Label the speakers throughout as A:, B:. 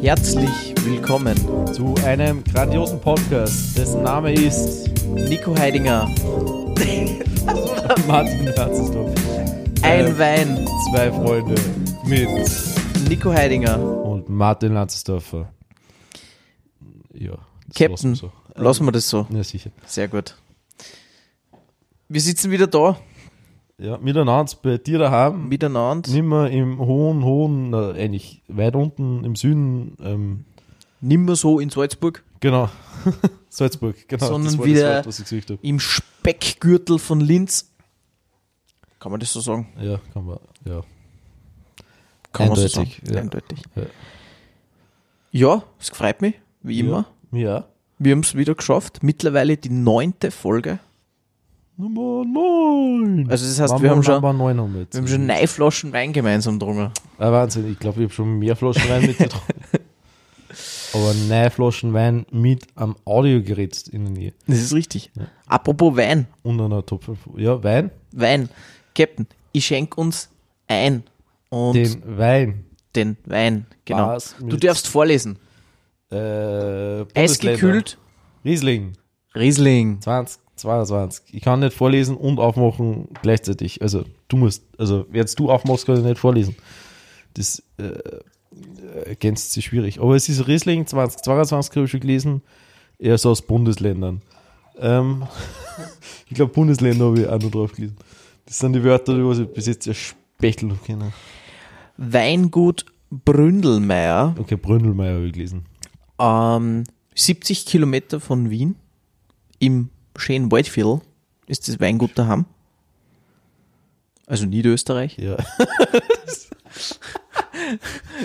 A: Herzlich willkommen
B: zu einem grandiosen Podcast, dessen Name ist
A: Nico Heidinger.
B: Martin Herzensdorf.
A: Ein Wein.
B: Zwei Freunde mit
A: Nico Heidinger.
B: und Martin Lanzdorfer. Ja, das lassen
A: Captain.
B: wir so.
A: Lassen wir das so.
B: Ja, sicher.
A: Sehr gut. Wir sitzen wieder da,
B: Ja, miteinander bei dir daheim,
A: miteinander.
B: nimmer im hohen, hohen, na, eigentlich weit unten im Süden, ähm,
A: Nimmer so in Salzburg.
B: genau, Salzburg, genau,
A: Sondern
B: das war
A: wieder-
B: das Wort, was ich gesagt habe.
A: Im Speckgürtel von Linz. Kann man das so sagen?
B: Ja, kann man, ja.
A: Kann man so
B: Eindeutig,
A: sagen.
B: ja.
A: Eindeutig.
B: Ja.
A: Ja, es gefreut mich, wie immer.
B: Ja.
A: Wir haben es wieder geschafft. Mittlerweile die neunte Folge.
B: Nummer 9.
A: Also das heißt, wir haben schon-
B: Nummer 9 haben wir jetzt.
A: Wir haben schon neun Flaschen Wein gemeinsam getrunken.
B: Ah, Wahnsinn, ich glaube, ich habe schon mehr Flaschen Wein mitgetrunken. Aber neun Flaschen Wein mit am Audiogerät in der Nähe.
A: Das ist richtig. Apropos Wein.
B: Und einer Top 5. Ja, Wein.
A: Wein. Captain, ich schenke uns ein. Und den,
B: den Wein.
A: Wein, genau.
B: Was
A: Du
B: mit-
A: darfst vorlesen.
B: Äh, Bundesländer.
A: Eisgekühlt
B: Riesling.
A: Riesling.
B: 20, 22. Ich kann nicht vorlesen und aufmachen gleichzeitig. Also, du musst, also, wenn du aufmachst, kann ich nicht vorlesen. Das äh, ergänzt sich schwierig. Aber es ist Riesling 2022, habe ich schon gelesen. Er ist aus Bundesländern. Ähm, ich glaube, Bundesländer habe ich auch noch drauf gelesen. Das sind die Wörter, die was ich bis jetzt erspechteln habe können.
A: Weingut Bründelmeier.
B: Okay, Brünnelmeier habe ich gelesen.
A: Ähm, 70 Kilometer von Wien. Im schönen Waldviertel ist das Weingut daheim. Also Niederösterreich.
B: Ja.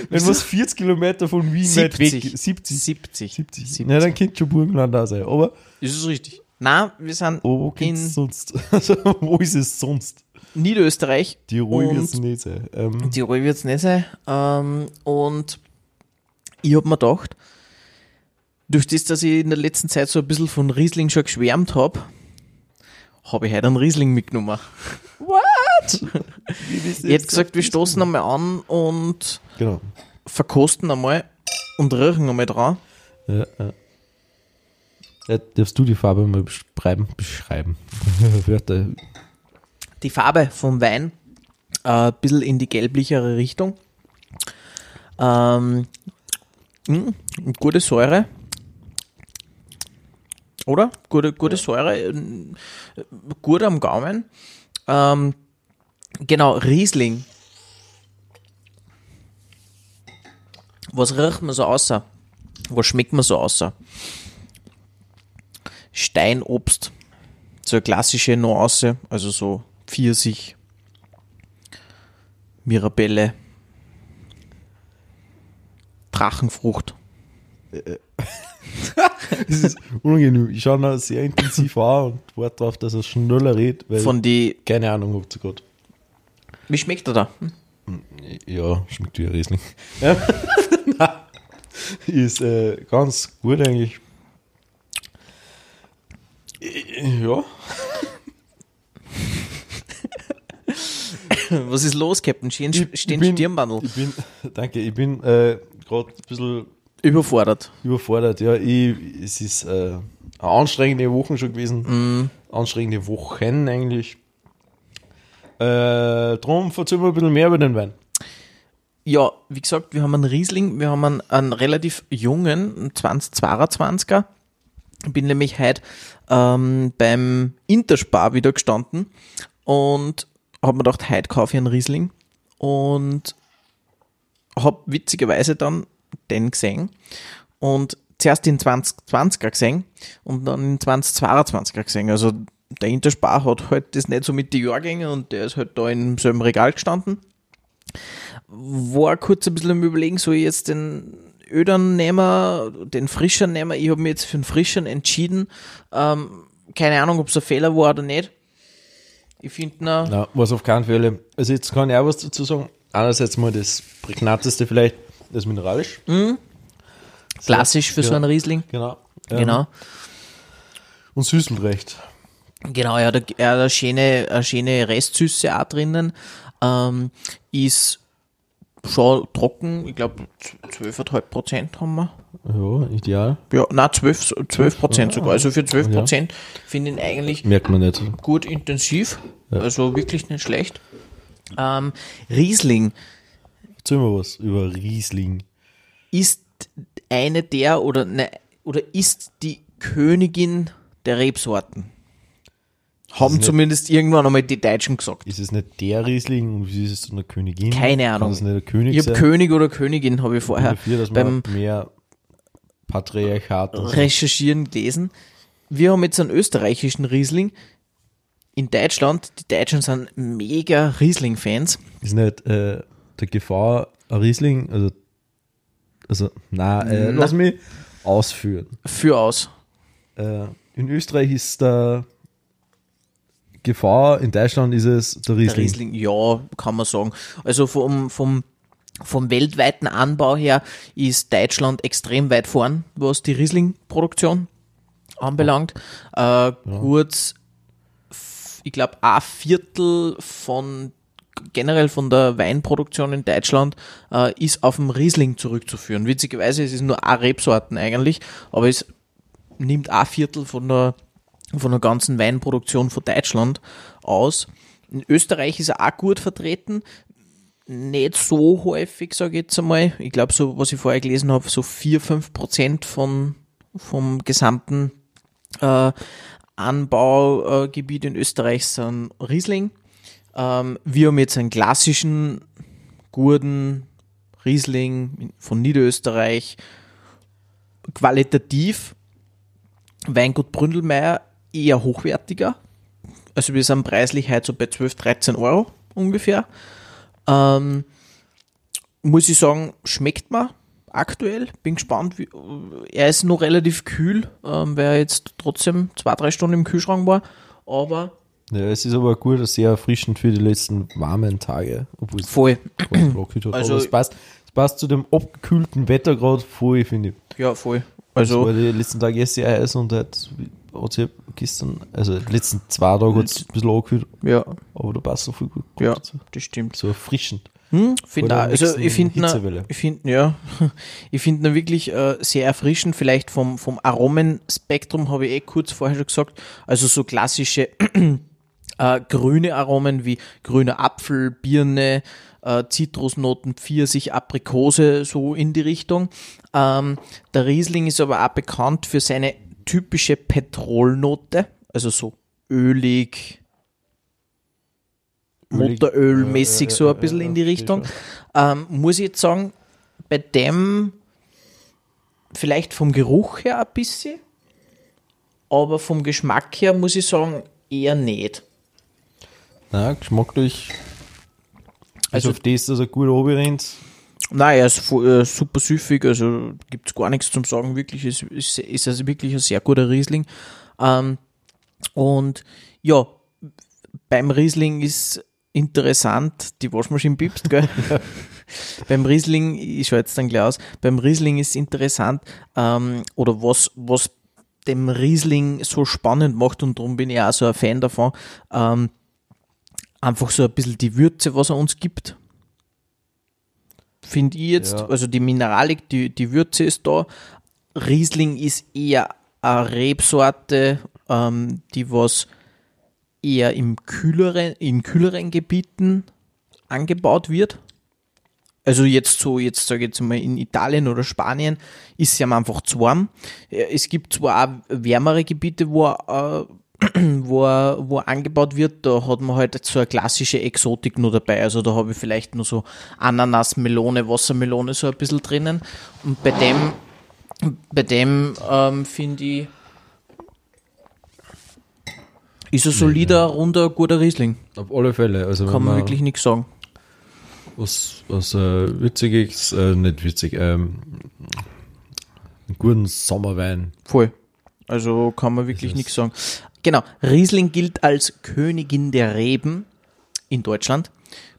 B: Wenn was 40 Kilometer von Wien weit weg
A: 70.
B: 70.
A: 70.
B: 70.
A: 70.
B: Na, dann könnte schon Burgenland da sein. Aber
A: Ist es richtig? Na, wir sind
B: oh, wo
A: in
B: geht's sonst? Also, wo ist es sonst?
A: Niederösterreich.
B: Die Ruhe
A: Und-
B: wird's nicht sein. Ähm,
A: Tirol wird es nicht sein. Ähm, und ich habe mir gedacht, durch das, dass ich in der letzten Zeit so ein bisschen von Riesling schon geschwärmt habe, habe ich heute einen Riesling mitgenommen. Ich hätte gesagt, wir stoßen einmal an und
B: Genau.
A: verkosten einmal und riechen einmal dran.
B: Ja, ja. Ja, darfst du die Farbe mal beschreiben? Beschreiben. Wörter.
A: Die Farbe vom Wein äh, ein bisschen in die gelblichere Richtung. Ähm, mh, gute Säure. Oder? Gute, gute Säure. ähm, Gut am Gaumen. Ähm, genau, Riesling. Was riecht man so außer? Was schmeckt man so außer? Steinobst so eine klassische Nuance, also so Pfirsich, Mirabelle, Drachenfrucht.
B: Das ist unangenehm. Ich schaue ihn sehr intensiv an und warte darauf, dass er schneller redet, weil
A: Von die.
B: ich keine Ahnung habe zu Gott.
A: Wie schmeckt er da? Hm?
B: Ja, schmeckt wie ein Riesling. Ja. Nein. Ist äh, ganz gut eigentlich. Ja.
A: Was ist los, Captain? Stehen,
B: Ich- ich
A: stehen
B: bin-
A: Stirnbandel.
B: Ich bin, danke, ich bin äh, gerade ein bisschen
A: Überfordert.
B: überfordert. Ja, ich, es ist äh, eine anstrengende Woche schon gewesen.
A: Mhm.
B: Anstrengende Wochen eigentlich. Äh, drum erzähl mal ein bisschen mehr über den Wein.
A: Ja, wie gesagt, wir haben einen Riesling, wir haben einen, einen relativ jungen, einen 2022er. Ich bin nämlich heute ähm, beim Interspar wieder gestanden und habe mir gedacht, heute kaufe ich einen Riesling und habe witzigerweise dann den gesehen und zuerst den 2020er gesehen und dann den 2022er gesehen. Also der Interspar hat halt das nicht so mit die Jahrgänge und der ist halt da im selben Regal gestanden war kurz ein bisschen am überlegen, soll ich jetzt den ödern nehmen, den frischen nehmen. Ich habe mich jetzt für den frischen entschieden. Ähm, keine Ahnung, ob es ein Fehler war oder nicht. Ich finde,
B: Na, was auf keinen Fall. Also jetzt kann ich auch was dazu sagen. Einerseits mal das prägnanteste vielleicht, das mineralisch.
A: Mhm. klassisch für so
B: Ja.
A: einen Riesling.
B: Genau. Ähm,
A: Genau.
B: Und Süßelrecht.
A: Genau, er hat eine, er hat eine schöne, eine schöne Restsüße auch drinnen. Ähm, ist schon trocken, ich glaube 12,5 Prozent haben wir.
B: Ja, ideal.
A: Ja, na 12, 12 Prozent sogar. Also für 12
B: Ja.
A: Prozent finde ich ihn eigentlich
B: Merkt man nicht.
A: gut intensiv. Also wirklich nicht schlecht. Ähm, Riesling
B: Erzähl mal was über Riesling.
A: ist eine der oder, ne, oder ist die Königin der Rebsorten. Haben
B: nicht-
A: zumindest irgendwann einmal die Deutschen gesagt.
B: Ist es nicht der Riesling und wie ist es so eine Königin?
A: Keine Ahnung.
B: Kann es nicht der König
A: Ich habe
B: sein?
A: König oder Königin, habe ich vorher
B: Dafür, dass
A: beim
B: man mehr Patriarchat und so-
A: Recherchieren gelesen. Wir haben jetzt einen österreichischen Riesling. In Deutschland, die Deutschen sind mega Riesling-Fans.
B: ist nicht äh, der Gefahr ein Riesling, also also na, äh, lass mich ausführen.
A: Für aus.
B: Äh, in Österreich ist der Gefahr, in Deutschland ist es der Riesling.
A: Der Riesling, ja, kann man sagen. Also vom, vom, vom weltweiten Anbau her ist Deutschland extrem weit vorn, was die Riesling-Produktion anbelangt. Äh, Kurz, f- ich glaube, ein Viertel von generell von der Weinproduktion in Deutschland äh, ist auf den Riesling zurückzuführen. Witzigerweise es ist nur eine Rebsorten eigentlich, aber es nimmt ein Viertel von der, von der ganzen Weinproduktion von Deutschland aus. In Österreich ist er auch gut vertreten. Nicht so häufig, sage ich jetzt einmal. Ich glaube, so, was ich vorher gelesen habe, so 4-5% von, vom gesamten äh, Anbaugebiet in Österreich sind Riesling. Ähm, wir haben jetzt einen klassischen Gurden, Riesling von Niederösterreich. Qualitativ Weingut Bründelmeier eher hochwertiger. Also wir sind preislich heute so bei 12, 13 Euro ungefähr. Ähm, muss ich sagen, schmeckt mir aktuell. Bin gespannt. Wie, er ist noch relativ kühl, ähm, weil er jetzt trotzdem zwei, drei Stunden im Kühlschrank war. Aber
B: Ja, es ist aber gut, sehr erfrischend für die letzten warmen Tage. Obwohl es
A: voll.
B: voll trocken hat.
A: Also-
B: aber es passt, es passt zu dem abgekühlten Wetter gerade voll, finde ich.
A: Ja, voll.
B: So.
A: Also
B: Weil die letzten Tage ist ja Eis und hat, hat sich gestern, also die letzten zwei Tage hat es ein bisschen angekühlt,
A: ja,
B: aber da passt so viel gut.
A: ja,
B: dazu.
A: das stimmt.
B: So erfrischend.
A: Hm, find
B: Vor
A: auch,
B: der
A: also
B: nächsten
A: ich finde
B: Hitzewelle.
A: ich finde ja, ich finde ihn wirklich äh, sehr erfrischend. Vielleicht vom vom Aromenspektrum habe ich eh kurz vorher schon gesagt. Also so klassische äh, grüne Aromen wie grüner Apfel, Birne, äh, Zitrusnoten, Pfirsich, Aprikose, so in die Richtung. Ähm, der Riesling ist aber auch bekannt für seine typische Petrolnote, also so ölig,
B: Ölig,
A: Motorölmäßig
B: äh,
A: so ein
B: äh,
A: bisschen
B: äh,
A: in die
B: äh,
A: Richtung. Ähm, muss ich jetzt sagen, bei dem vielleicht vom Geruch her ein bisschen, aber vom Geschmack her muss ich sagen, eher nicht.
B: Na, geschmacklich.
A: Also-
B: Also auf das, dass er gut oberrennt.
A: Nein, er ist vo- äh, super süffig, also gibt es gar nichts zum Sagen. Wirklich ist, ist, ist also wirklich ein sehr guter Riesling. Ähm, und ja, beim Riesling ist interessant, die Waschmaschine piepst, gell? beim Riesling, ich schalte jetzt dann gleich aus, beim Riesling ist interessant, ähm, oder was, was dem Riesling so spannend macht, und darum bin ich auch so ein Fan davon, ähm, einfach so ein bisschen die Würze, was er uns gibt. Finde ich jetzt,
B: Ja.
A: also die Mineralik, die, die Würze ist da. Riesling ist eher eine Rebsorte, ähm, die was eher im kühleren, in kühleren Gebieten angebaut wird. Also jetzt so, jetzt sage ich jetzt mal in Italien oder Spanien ist es ja einfach zu warm. Äh, Es gibt zwar auch wärmere Gebiete, wo, er, äh, wo, er- wo er angebaut wird, da hat man halt so eine klassische Exotik nur dabei. Also da habe ich vielleicht nur so Ananas, Melone, Wassermelone so ein bisschen drinnen. Und bei dem, bei dem ähm, finde ich, ist ein solider, runder, guter Riesling.
B: Auf alle Fälle. Also
A: Kann man wirklich nichts sagen.
B: was, was äh, witziges, äh, nicht witzig, ähm, einen guten Sommerwein.
A: Voll. Also kann man wirklich
B: Das-
A: nichts sagen. Genau, Riesling gilt als Königin der Reben in Deutschland.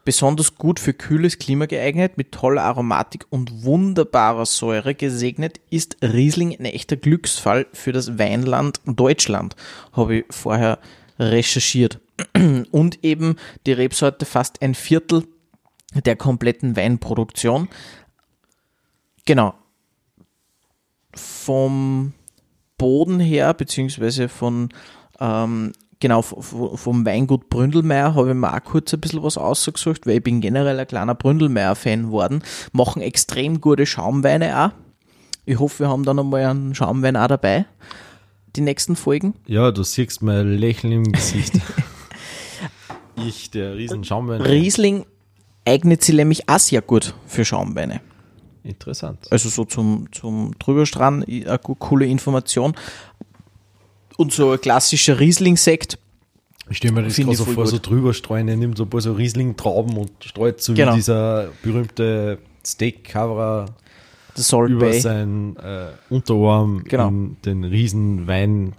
A: Besonders gut für kühles Klima geeignet, mit toller Aromatik und wunderbarer Säure gesegnet, ist Riesling ein echter Glücksfall für das Weinland Deutschland, habe ich vorher recherchiert. Und eben die Rebsorte fast ein Viertel der kompletten Weinproduktion. Genau. Vom Boden her, beziehungsweise von, ähm, genau, v- v- vom Weingut Bründelmeier habe ich mir auch kurz ein bisschen was ausgesucht, weil ich bin generell ein kleiner Bründelmeier-Fan geworden. Machen extrem gute Schaumweine auch. Ich hoffe, wir haben dann einmal einen Schaumwein auch dabei. Die nächsten Folgen.
B: Ja, du siehst mein Lächeln im Gesicht. ich, der riesen Schaumwein.
A: Riesling eignet sich nämlich auch sehr gut für Schaumweine.
B: Interessant.
A: Also so zum, zum Drüberstrand, i- eine co- coole Information. Und so ein klassischer Rieslingsekt.
B: Ich stelle mir das
A: Finde
B: gerade
A: ich
B: so
A: voll
B: vor,
A: gut.
B: so drüber streuen. Er nimmt so ein paar so Riesling-Trauben und streut so
A: Genau.
B: wie dieser berühmte Steak-Coverer
A: Der Salt
B: über
A: Bay.
B: seinen äh, Unterarm
A: Genau.
B: in den riesen Wein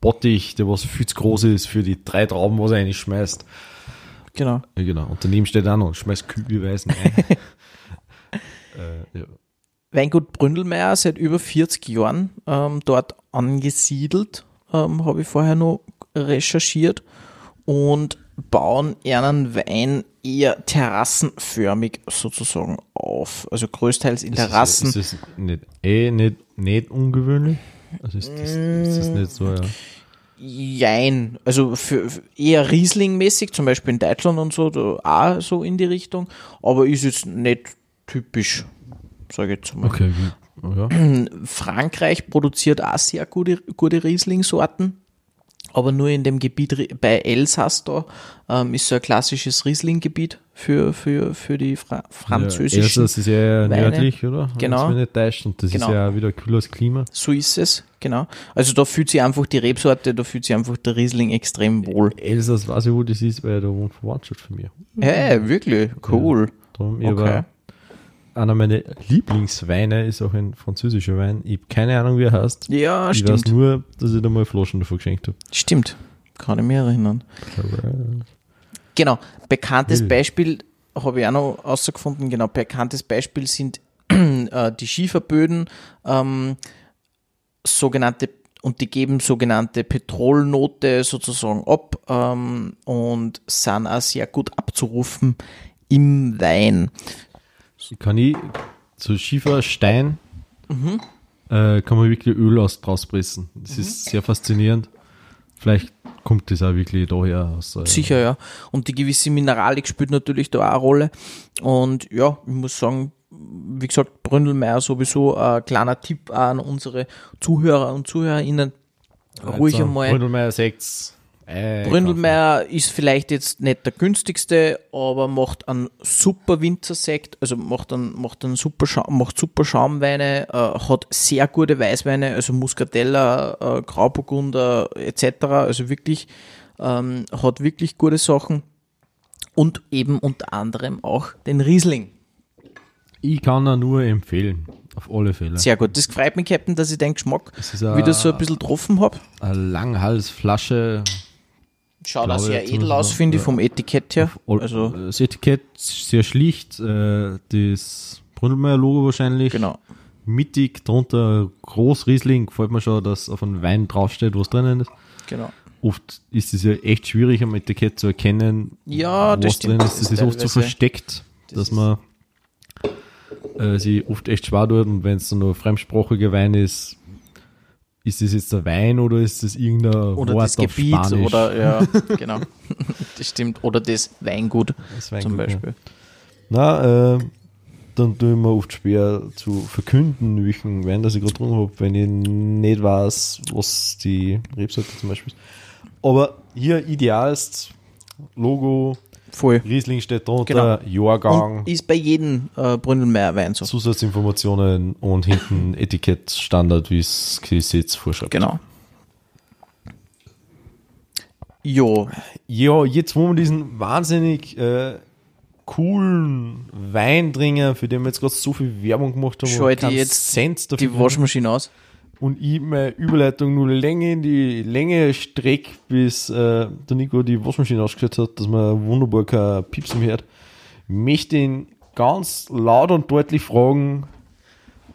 B: Bottich, der was viel zu groß ist für die drei Trauben, was er eigentlich schmeißt.
A: Genau.
B: Ja, genau. Und daneben steht auch noch, schmeißt Kübelweißen ein. äh, ja.
A: Weingut Bründelmeier seit über 40 Jahren ähm, dort angesiedelt, ähm, habe ich vorher noch recherchiert und bauen ihren Wein eher terrassenförmig sozusagen auf. Also größtenteils in Terrassen.
B: Ist, es- ist es nicht, eh nicht, nicht ungewöhnlich? Also ist das, ist das nicht so, ja.
A: Jein, also für, für eher Riesling-mäßig, zum Beispiel in Deutschland und so, da auch so in die Richtung, aber ist jetzt nicht typisch, sage ich jetzt mal.
B: Okay, gut. Ja.
A: Frankreich produziert auch sehr gute, gute Riesling-Sorten, aber nur in dem Gebiet Ri- bei Elsass da ähm, ist so ein klassisches Riesling-Gebiet für, für, für die Fra französischen.
B: Ja, Elsass ist ja
A: Weine.
B: nördlich, oder? Wenn
A: Genau.
B: es mich nicht täuscht. Und das
A: Genau.
B: ist ja auch wieder kühles Klima.
A: So ist es, genau. Also da fühlt sich einfach die Rebsorte, da fühlt sich einfach der Riesling extrem wohl.
B: Elsass weiß ich, wo das ist, weil da wohnt Verwandtschaft von mir.
A: Hey, wirklich, cool.
B: Darum, ich
A: Okay.
B: okay. Einer meiner Lieblingsweine ist auch ein französischer Wein. Ich habe keine Ahnung, wie er heißt.
A: Ja,
B: ich
A: Ah, stimmt.
B: weiß nur, dass ich da mal Flaschen davon geschenkt habe.
A: Stimmt, kann ich mich erinnern.
B: äh,
A: Genau, bekanntes
B: Wild.
A: Beispiel habe ich auch noch herausgefunden, genau, bekanntes Beispiel sind äh, die Schieferböden, ähm, sogenannte, und die geben sogenannte Petrolnote sozusagen ab ähm, und sind auch sehr gut abzurufen im Wein.
B: Kann ich zu Schieferstein
A: Mhm.
B: äh, kann man wirklich Öl aus draus pressen. Das ist sehr faszinierend. Vielleicht kommt das auch wirklich daher aus. Äh,
A: Sicher, ja. Und die gewisse Mineralik spielt natürlich da auch eine Rolle. Und ja, ich muss sagen, wie gesagt, Bründelmeier sowieso ein kleiner Tipp auch an unsere Zuhörer und Zuhörerinnen. Ruhig einmal.
B: Also, Bründelmeier 6. Äh,
A: Bründelmeier ist vielleicht jetzt nicht der günstigste, aber macht einen super Winzersekt, also macht einen, macht einen super, Scha macht super Schaumweine, äh, hat sehr gute Weißweine, also Muscatella, äh, Grauburgunder etc. Also wirklich, ähm, hat wirklich gute Sachen und eben unter anderem auch den Riesling.
B: Ich kann ihn nur empfehlen. Auf alle Fälle.
A: Sehr gut. Das freut mich, Captain, dass ich den Geschmack
B: ist ein-
A: wieder so ein bisschen getroffen habe.
B: Eine Langhalsflasche.
A: Schaut auch
B: Glaube,
A: sehr
B: jetzt muss
A: edel
B: man-
A: aus, finde ich,
B: ja.
A: vom Etikett her.
B: All-
A: Also,
B: äh, Das Etikett sehr schlicht. äh, Das Bründelmeier-Logo wahrscheinlich.
A: genau.
B: Mittig drunter Großriesling. Gefällt mir schon, dass auf einem Wein draufsteht, was drinnen ist.
A: Genau.
B: oft ist es ja echt schwierig, am Etikett zu erkennen,
A: Ja, das
B: was
A: stimmt.
B: drin ist. Das ist oft so
A: Teilweise.
B: versteckt, dass man äh, sie oft echt schwer tut. Und wenn es dann nur fremdsprachiger Wein ist, ist das jetzt der Wein oder ist das irgendein
A: oder
B: Wort
A: das
B: auf
A: Gebiet
B: Spanisch?
A: oder ja, genau. das stimmt. Oder das Weingut
B: Das Weingut,
A: zum
B: ja.
A: Beispiel.
B: Na, äh, dann tue ich mir oft schwer zu verkünden, welchen Wein das ich gerade getrunken habe, wenn ich nicht weiß, was die Rebsorte zum Beispiel ist. Aber hier idealst Logo,
A: Voll.
B: Riesling steht drunter, Jahrgang,
A: Genau. Und ist bei jedem äh, Bründelmeier Wein so.
B: Zusatzinformationen und hinten Etikettstandard, wie es Gesetz vorschreibt.
A: Genau. Jo,
B: Ja, jetzt wo wir diesen wahnsinnig äh, coolen Wein trinken, für den wir jetzt gerade so viel Werbung gemacht haben,
A: Schalte
B: keinen
A: ich jetzt
B: Cent dafür
A: die Waschmaschine aus.
B: und ich meine Überleitung nur länger in die Länge streck, bis äh, der Nico die Waschmaschine ausgeschaltet hat, dass man wunderbar kein Piepsen hört, möchte ihn ganz laut und deutlich fragen,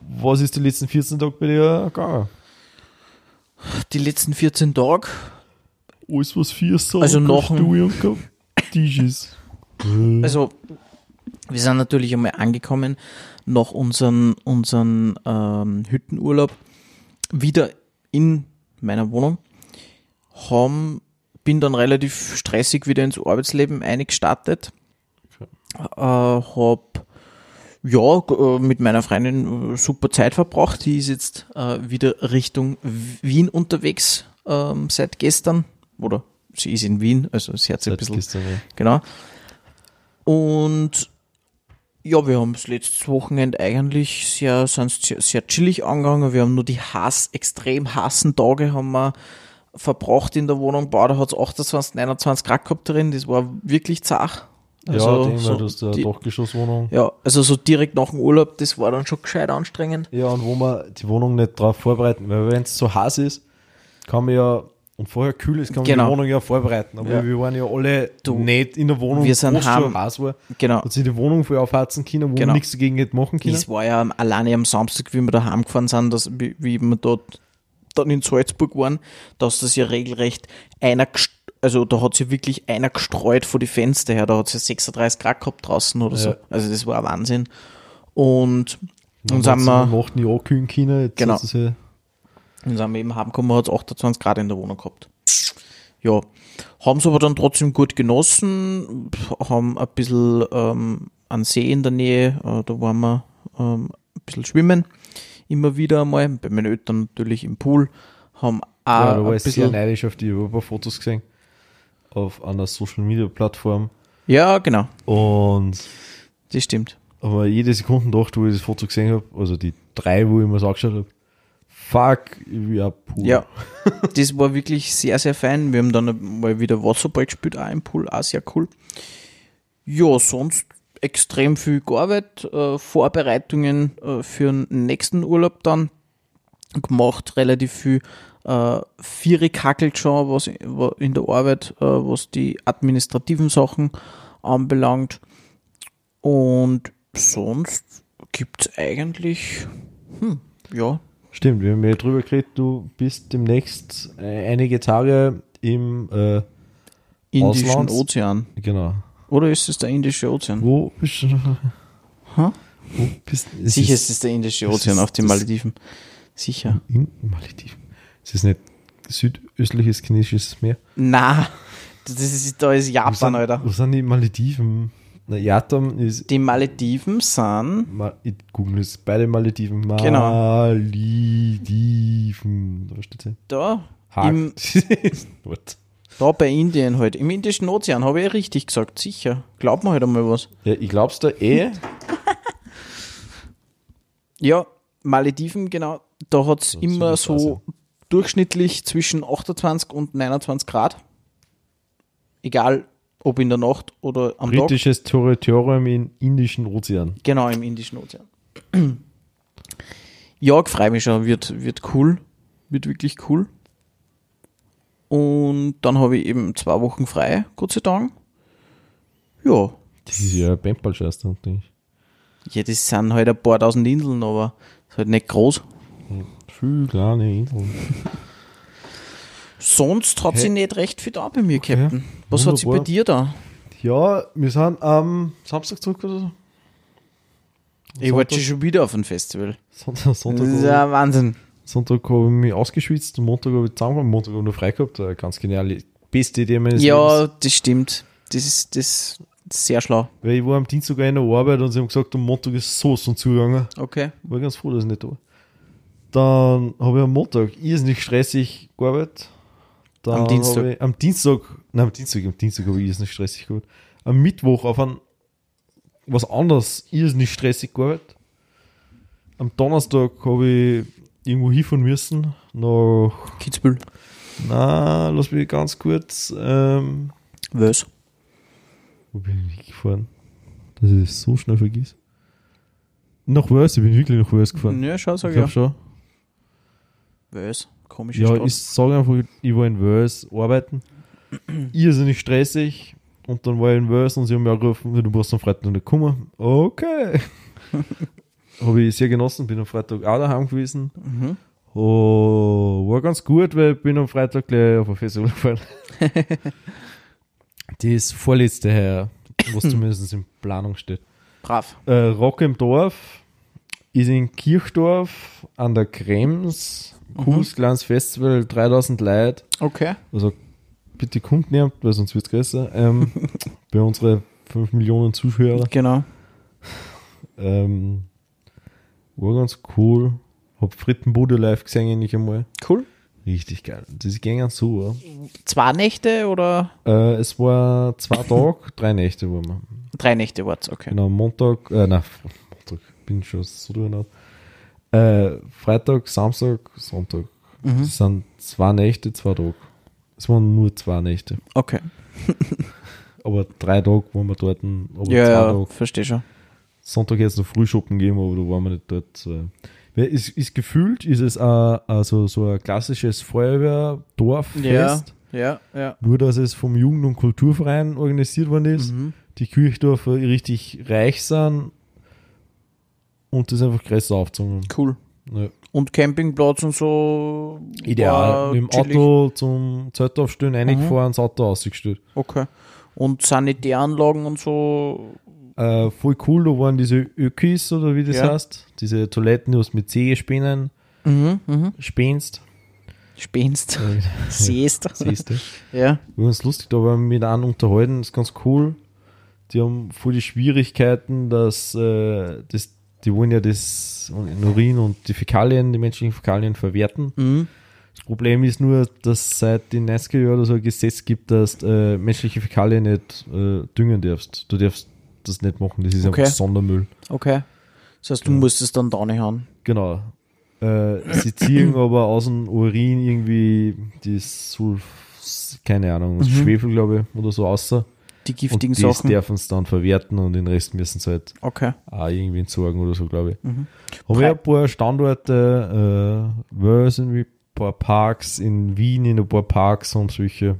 B: was ist die letzten 14 Tage bei dir gegangen?
A: Die letzten 14 Tage.
B: Alles was vier Sachen
A: Also noch ein-
B: du gehabt, Tisch ist.
A: Also, wir sind natürlich einmal angekommen nach unseren, unseren ähm, Hüttenurlaub wieder in meiner Wohnung. Haben, bin dann relativ stressig wieder ins Arbeitsleben eingestartet. Äh, hab ja, g- äh, mit meiner Freundin äh, super Zeit verbracht. Die ist jetzt äh, wieder Richtung Wien unterwegs ähm, seit gestern. Oder sie ist in Wien, also sie hat sich ein
B: Seit
A: bisschen
B: gestern, ja.
A: Genau. Und ja, wir haben das letztes Wochenende eigentlich sehr, sind sehr, sehr chillig angegangen. Wir haben nur die Hass, extrem hassen Tage haben wir verbracht in der Wohnung. Boah, da hat es 28, 29 Grad gehabt drin. Das war wirklich zach.
B: ja, denk mal,
A: so
B: du hast
A: Also
B: eine
A: die-
B: Dachgeschosswohnung.
A: ja, also so direkt nach dem Urlaub, das war dann schon gescheit anstrengend.
B: Ja, und wo man die Wohnung nicht drauf vorbereiten, weil wenn es so heiß ist, kann man ja, und vorher kühl ist, kann man
A: Genau.
B: die Wohnung ja vorbereiten. Aber
A: Ja.
B: wir waren ja alle nicht in der Wohnung,
A: wir sind
B: wo es schon
A: heim.
B: heiß war.
A: Genau.
B: Hat sich die Wohnung voll aufheizen können, wo
A: Genau.
B: man nichts dagegen hätte machen können.
A: Es war ja am- alleine am Samstag, wie wir da heimgefahren sind, dass, wie, wie wir dort dann in Salzburg waren, dass das ja regelrecht einer, gest- also da hat sie wirklich einer gestreut vor die Fenster her, da hat sie 36 Grad gehabt draußen oder so.
B: Ja.
A: Also das war ein Wahnsinn. Und dann
B: Und
A: sind wir,
B: Nacht nie ankühlen können. Jetzt
A: Genau.
B: ist es ja
A: dann sind wir eben heimgekommen, hat es 28 Grad in der Wohnung gehabt. Ja, haben es aber dann trotzdem gut genossen, haben ein bisschen ähm, an See in der Nähe, äh, da waren wir ähm, ein bisschen schwimmen, immer wieder einmal, bei meinen Eltern natürlich im Pool, haben auch
B: Ja, da war
A: Ah, ein
B: ich sehr
A: bisschen,
B: neidisch auf die, ich hab ein paar Fotos gesehen auf einer Social Media Plattform
A: ja genau,
B: und
A: das stimmt.
B: aber jede Sekunde gedacht, wo ich das Foto gesehen habe, also die drei, wo ich mir das angeschaut habe, fuck, ich bin ein Pool.
A: Ja, das war wirklich sehr, sehr fein. Wir haben dann mal wieder Wasserball gespielt, auch im Pool, auch sehr cool. Ja, sonst extrem viel gearbeitet, äh, Vorbereitungen äh, für den nächsten Urlaub dann gemacht, relativ viel äh, Viere kackelt schon, was in- in der Arbeit, äh, was die administrativen Sachen anbelangt. Und sonst gibt es eigentlich, hm, ja,
B: Stimmt, wir haben ja drüber geredet, du bist demnächst äh, einige Tage im, äh,
A: Indischen
B: Auslands-
A: Ozean.
B: genau,
A: Oder ist es der Indische Ozean?
B: wo bist du?
A: Hä?
B: Wo bist du? Ist
A: Sicher
B: es-
A: ist es der Indische
B: es
A: Ozean
B: ist-
A: auf den
B: das-
A: Malediven. Sicher.
B: In Malediven. Ist es nicht südöstliches chinesisches Meer?
A: Na, das ist, da ist
B: Wo sind,
A: Japan, Alter.
B: Wo sind die Malediven? Na, Yatam ist
A: Die Malediven sind.
B: Mal, ich google es. Beide Malediven.
A: Genau.
B: Malediven. Da steht sie.
A: Da,
B: Haag.
A: Im-
B: What?
A: da bei Indien halt. Im Indischen Ozean habe ich ja richtig gesagt. Sicher. Glaub mir halt einmal was.
B: Ja, ich glaub's da eh.
A: Ja, Malediven, genau. Da hat es immer
B: Südostasien.
A: so durchschnittlich zwischen 28 und 29 Grad. Egal, ob in der Nacht oder am Tag.
B: Britisches Territorium im Indischen Ozean.
A: Genau, im Indischen Ozean. Jörg Freimischer wird, wird cool. Wird wirklich cool. Und dann habe ich eben zwei Wochen frei, Gott sei Dank. Ja.
B: Das ist ja ein Paintball-Scheiß, denke ich.
A: Ja, das sind halt ein paar tausend Inseln, aber ist halt nicht groß.
B: Viel kleine Inseln.
A: Sonst hat sie nicht recht viel da bei mir, Captain. Was hat sie bei
B: Wunderbar.
A: dir da?
B: Ja, wir sind am Samstag zurück oder so.
A: Ich war jetzt schon wieder auf ein Festival.
B: Sonntag,
A: Das
B: Sonntag,
A: ist ja Wahnsinn.
B: Sonntag habe ich mich ausgeschwitzt, Montag habe ich zusammengekommen, Montag habe ich nur frei gehabt. Eine Ganz geniale, beste Idee meines Lebens.
A: Ja, das stimmt. Das ist, das ist sehr schlau.
B: Weil ich war am Dienstag auch in der Arbeit und sie haben gesagt, am Montag ist sowas und zugegangen.
A: Okay.
B: War ganz froh, dass ich nicht da war. Dann habe ich am Montag irrsinnig stressig gearbeitet. Dann
A: Am Dienstag.
B: habe Ich, am Dienstag, nein, am Dienstag, am Dienstag habe ich irrsinnig stressig gearbeitet. Am Mittwoch auf ein was anderes irrsinnig stressig gearbeitet. Am Donnerstag habe ich irgendwo hinfahren müssen, nach,
A: Kitzbühel.
B: na, lass mich ganz kurz, ähm,
A: Was?
B: Wo bin ich gefahren? Dass ich das so schnell vergiss. Nach Wales, ich bin wirklich nach Wales gefahren.
A: Ja, schau, sag
B: ich
A: ich ja.
B: glaube schon.
A: Was? Komische
B: Ja,
A: Stadt.
B: ich sage einfach, ich war in Wales arbeiten. Irrsinnig stressig. Und dann war ich in Wales und sie haben mir angerufen, du musst am Freitag nicht kommen. Okay. Habe ich sehr genossen, bin am Freitag auch daheim gewesen.
A: Mhm.
B: Oh, war ganz gut, weil ich bin am Freitag gleich auf ein Festival gefahren. das vorletzte Herr was zumindest in Planung steht.
A: Brav.
B: Äh, Rock im Dorf ist in Kirchdorf an der Krems. Cooles kleines Festival, 3000 Leute.
A: Okay.
B: Also bitte kommt näher, weil sonst wird es größer. Ähm, bei unseren 5 Millionen Zuschauer.
A: Genau.
B: Ähm, war ganz cool. Hab Frittenbude live gesehen, endlich einmal.
A: Cool.
B: Richtig geil. Das ging ganz super.
A: Zwei Nächte oder
B: Äh, es war zwei Tage, drei Nächte waren wir.
A: drei Nächte war's, okay.
B: Genau, Montag, äh, nein, F- Montag, bin schon so durcheinander. Äh, Freitag, Samstag, Sonntag.
A: Mhm.
B: Das sind zwei Nächte, zwei Tage. Es waren nur zwei Nächte.
A: Okay.
B: Aber drei Tage waren wir dort, aber
A: Ja,
B: zwei
A: ja
B: Tage.
A: verstehe schon.
B: Sonntag jetzt noch Frühschoppen geben, aber da waren wir nicht dort. so. Weil Ist, ist gefühlt, ist es a- also so ein klassisches Feuerwehrdorffest,
A: ja, ja.
B: nur dass es vom Jugend- und Kulturverein organisiert worden ist.
A: Mhm.
B: Die Kirchdorfer richtig reich sind und das einfach größer aufzogen.
A: Cool.
B: Ja.
A: Und Campingplatz und so. war
B: Ideal. Mit dem
A: chillig.
B: Auto zum Zelt aufstellen, reingefahren, das Auto ausgestellt.
A: Okay. Und Sanitäranlagen und so.
B: Äh, voll cool, da waren diese Ökis oder wie das
A: Ja.
B: heißt, diese Toiletten, die du mit Sägespänen
A: Mhm, mhm.
B: spänst.
A: Spenst. Siehst.
B: Siehst du.
A: Ja.
B: Übrigens lustig, da haben wir mit einem unterhalten, ist ganz cool. Die haben voll die Schwierigkeiten, dass äh, das, die wollen ja das und Urin und die Fäkalien, die menschlichen Fäkalien verwerten.
A: Mhm.
B: Das Problem ist nur, dass seit den 90er Jahren oder so ein Gesetz gibt, dass äh, menschliche Fäkalien nicht äh, düngen darfst. Du darfst das nicht machen, das ist
A: Okay.
B: einfach Sondermüll.
A: Okay. Das heißt, du musst es dann da nicht haben.
B: Genau. Äh, sie ziehen aber aus dem Urin irgendwie das Sulf, keine Ahnung, Schwefel, glaube ich, oder so außer.
A: Mhm. Die
B: Und
A: giftigen
B: das
A: Sachen.
B: dürfen sie dann verwerten und den Rest müssen sie halt
A: Okay.
B: auch irgendwie entsorgen oder so, glaube ich.
A: Pre-
B: Habe ich ein paar Standorte, äh, wo sind wir? Ein paar Parks in Wien, in ein paar Parks und solche.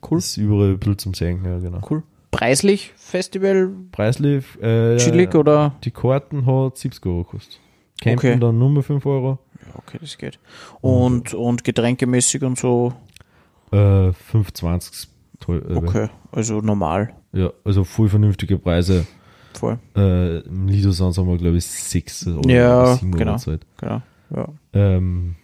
A: Cool.
B: Ist überall ein bisschen zum Sehen, ja, genau.
A: Mhm. Cool. Preislich, Festival,
B: Preislich, äh,
A: chillig oder?
B: die Karten hat 70 Euro gekostet. Campen
A: Okay.
B: dann nur mehr 5 Euro.
A: Ja, okay, das geht. Und, und getränkemäßig und so.
B: Äh, 5,20. Toll, äh,
A: Okay, also normal.
B: Ja, also voll vernünftige Preise.
A: Voll.
B: Äh, Im Lido sind es einmal, glaube ich, 6 oder
A: Ja,
B: 7
A: genau.
B: Euro. Zeit.
A: Genau. Ja.
B: Ähm,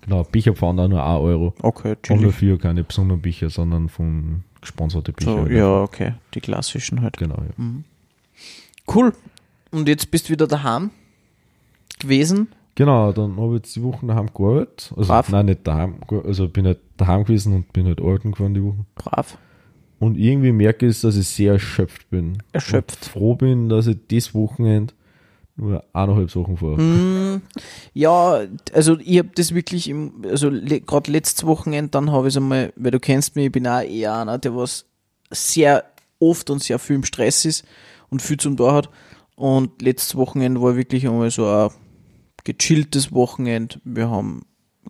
B: genau, Bücher fahren da nur 1 Euro.
A: Okay,
B: Und
A: chillig.
B: dafür keine besonderen Bücher, sondern von gesponserte Bücher.
A: So, ja, okay. Die klassischen halt.
B: Genau, ja.
A: Cool. Und jetzt bist du wieder daheim gewesen.
B: Genau, dann habe ich jetzt die Wochen daheim gearbeitet. Also,
A: Brav.
B: nein, nicht daheim. ge- Also, bin halt daheim gewesen und bin halt arbeiten gefahren die Wochen.
A: Brav.
B: Und irgendwie merke ich, dass ich sehr erschöpft bin.
A: Erschöpft.
B: Und froh bin, dass ich dieses Wochenende nur eineinhalb Sachen fahre.
A: Hm. Ja, also ich habe das wirklich im, also le gerade letztes Wochenende, dann habe ich es einmal, weil du kennst mich, ich bin auch eher einer, der was sehr oft und sehr viel im Stress ist und viel zum Tor hat. Und letztes Wochenende war wirklich einmal so ein gechilltes Wochenende. Wir haben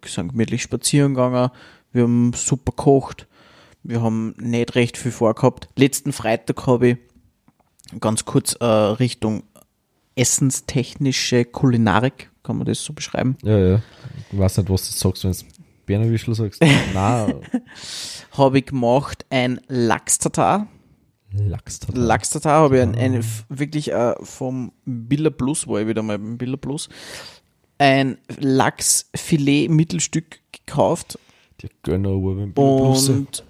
A: sind gemütlich spazieren gegangen, wir haben super gekocht, wir haben nicht recht viel vorgehabt. Letzten Freitag habe ich ganz kurz äh, Richtung essenstechnische Kulinarik, kann man das so beschreiben,
B: Ja, ja. Ich weiß nicht, was du sagst, wenn du Bernerwischl sagst. Nein,
A: habe ich gemacht ein Lachs-Tatar.
B: Lachs. hat er.
A: Lachs-Tatar habe ich ein, ein, f- wirklich äh, vom Billa Plus, war ich wieder mal beim Billa Plus, ein Lachsfilet-Mittelstück gekauft
B: Der Gönner, aber wenn Blusse.
A: und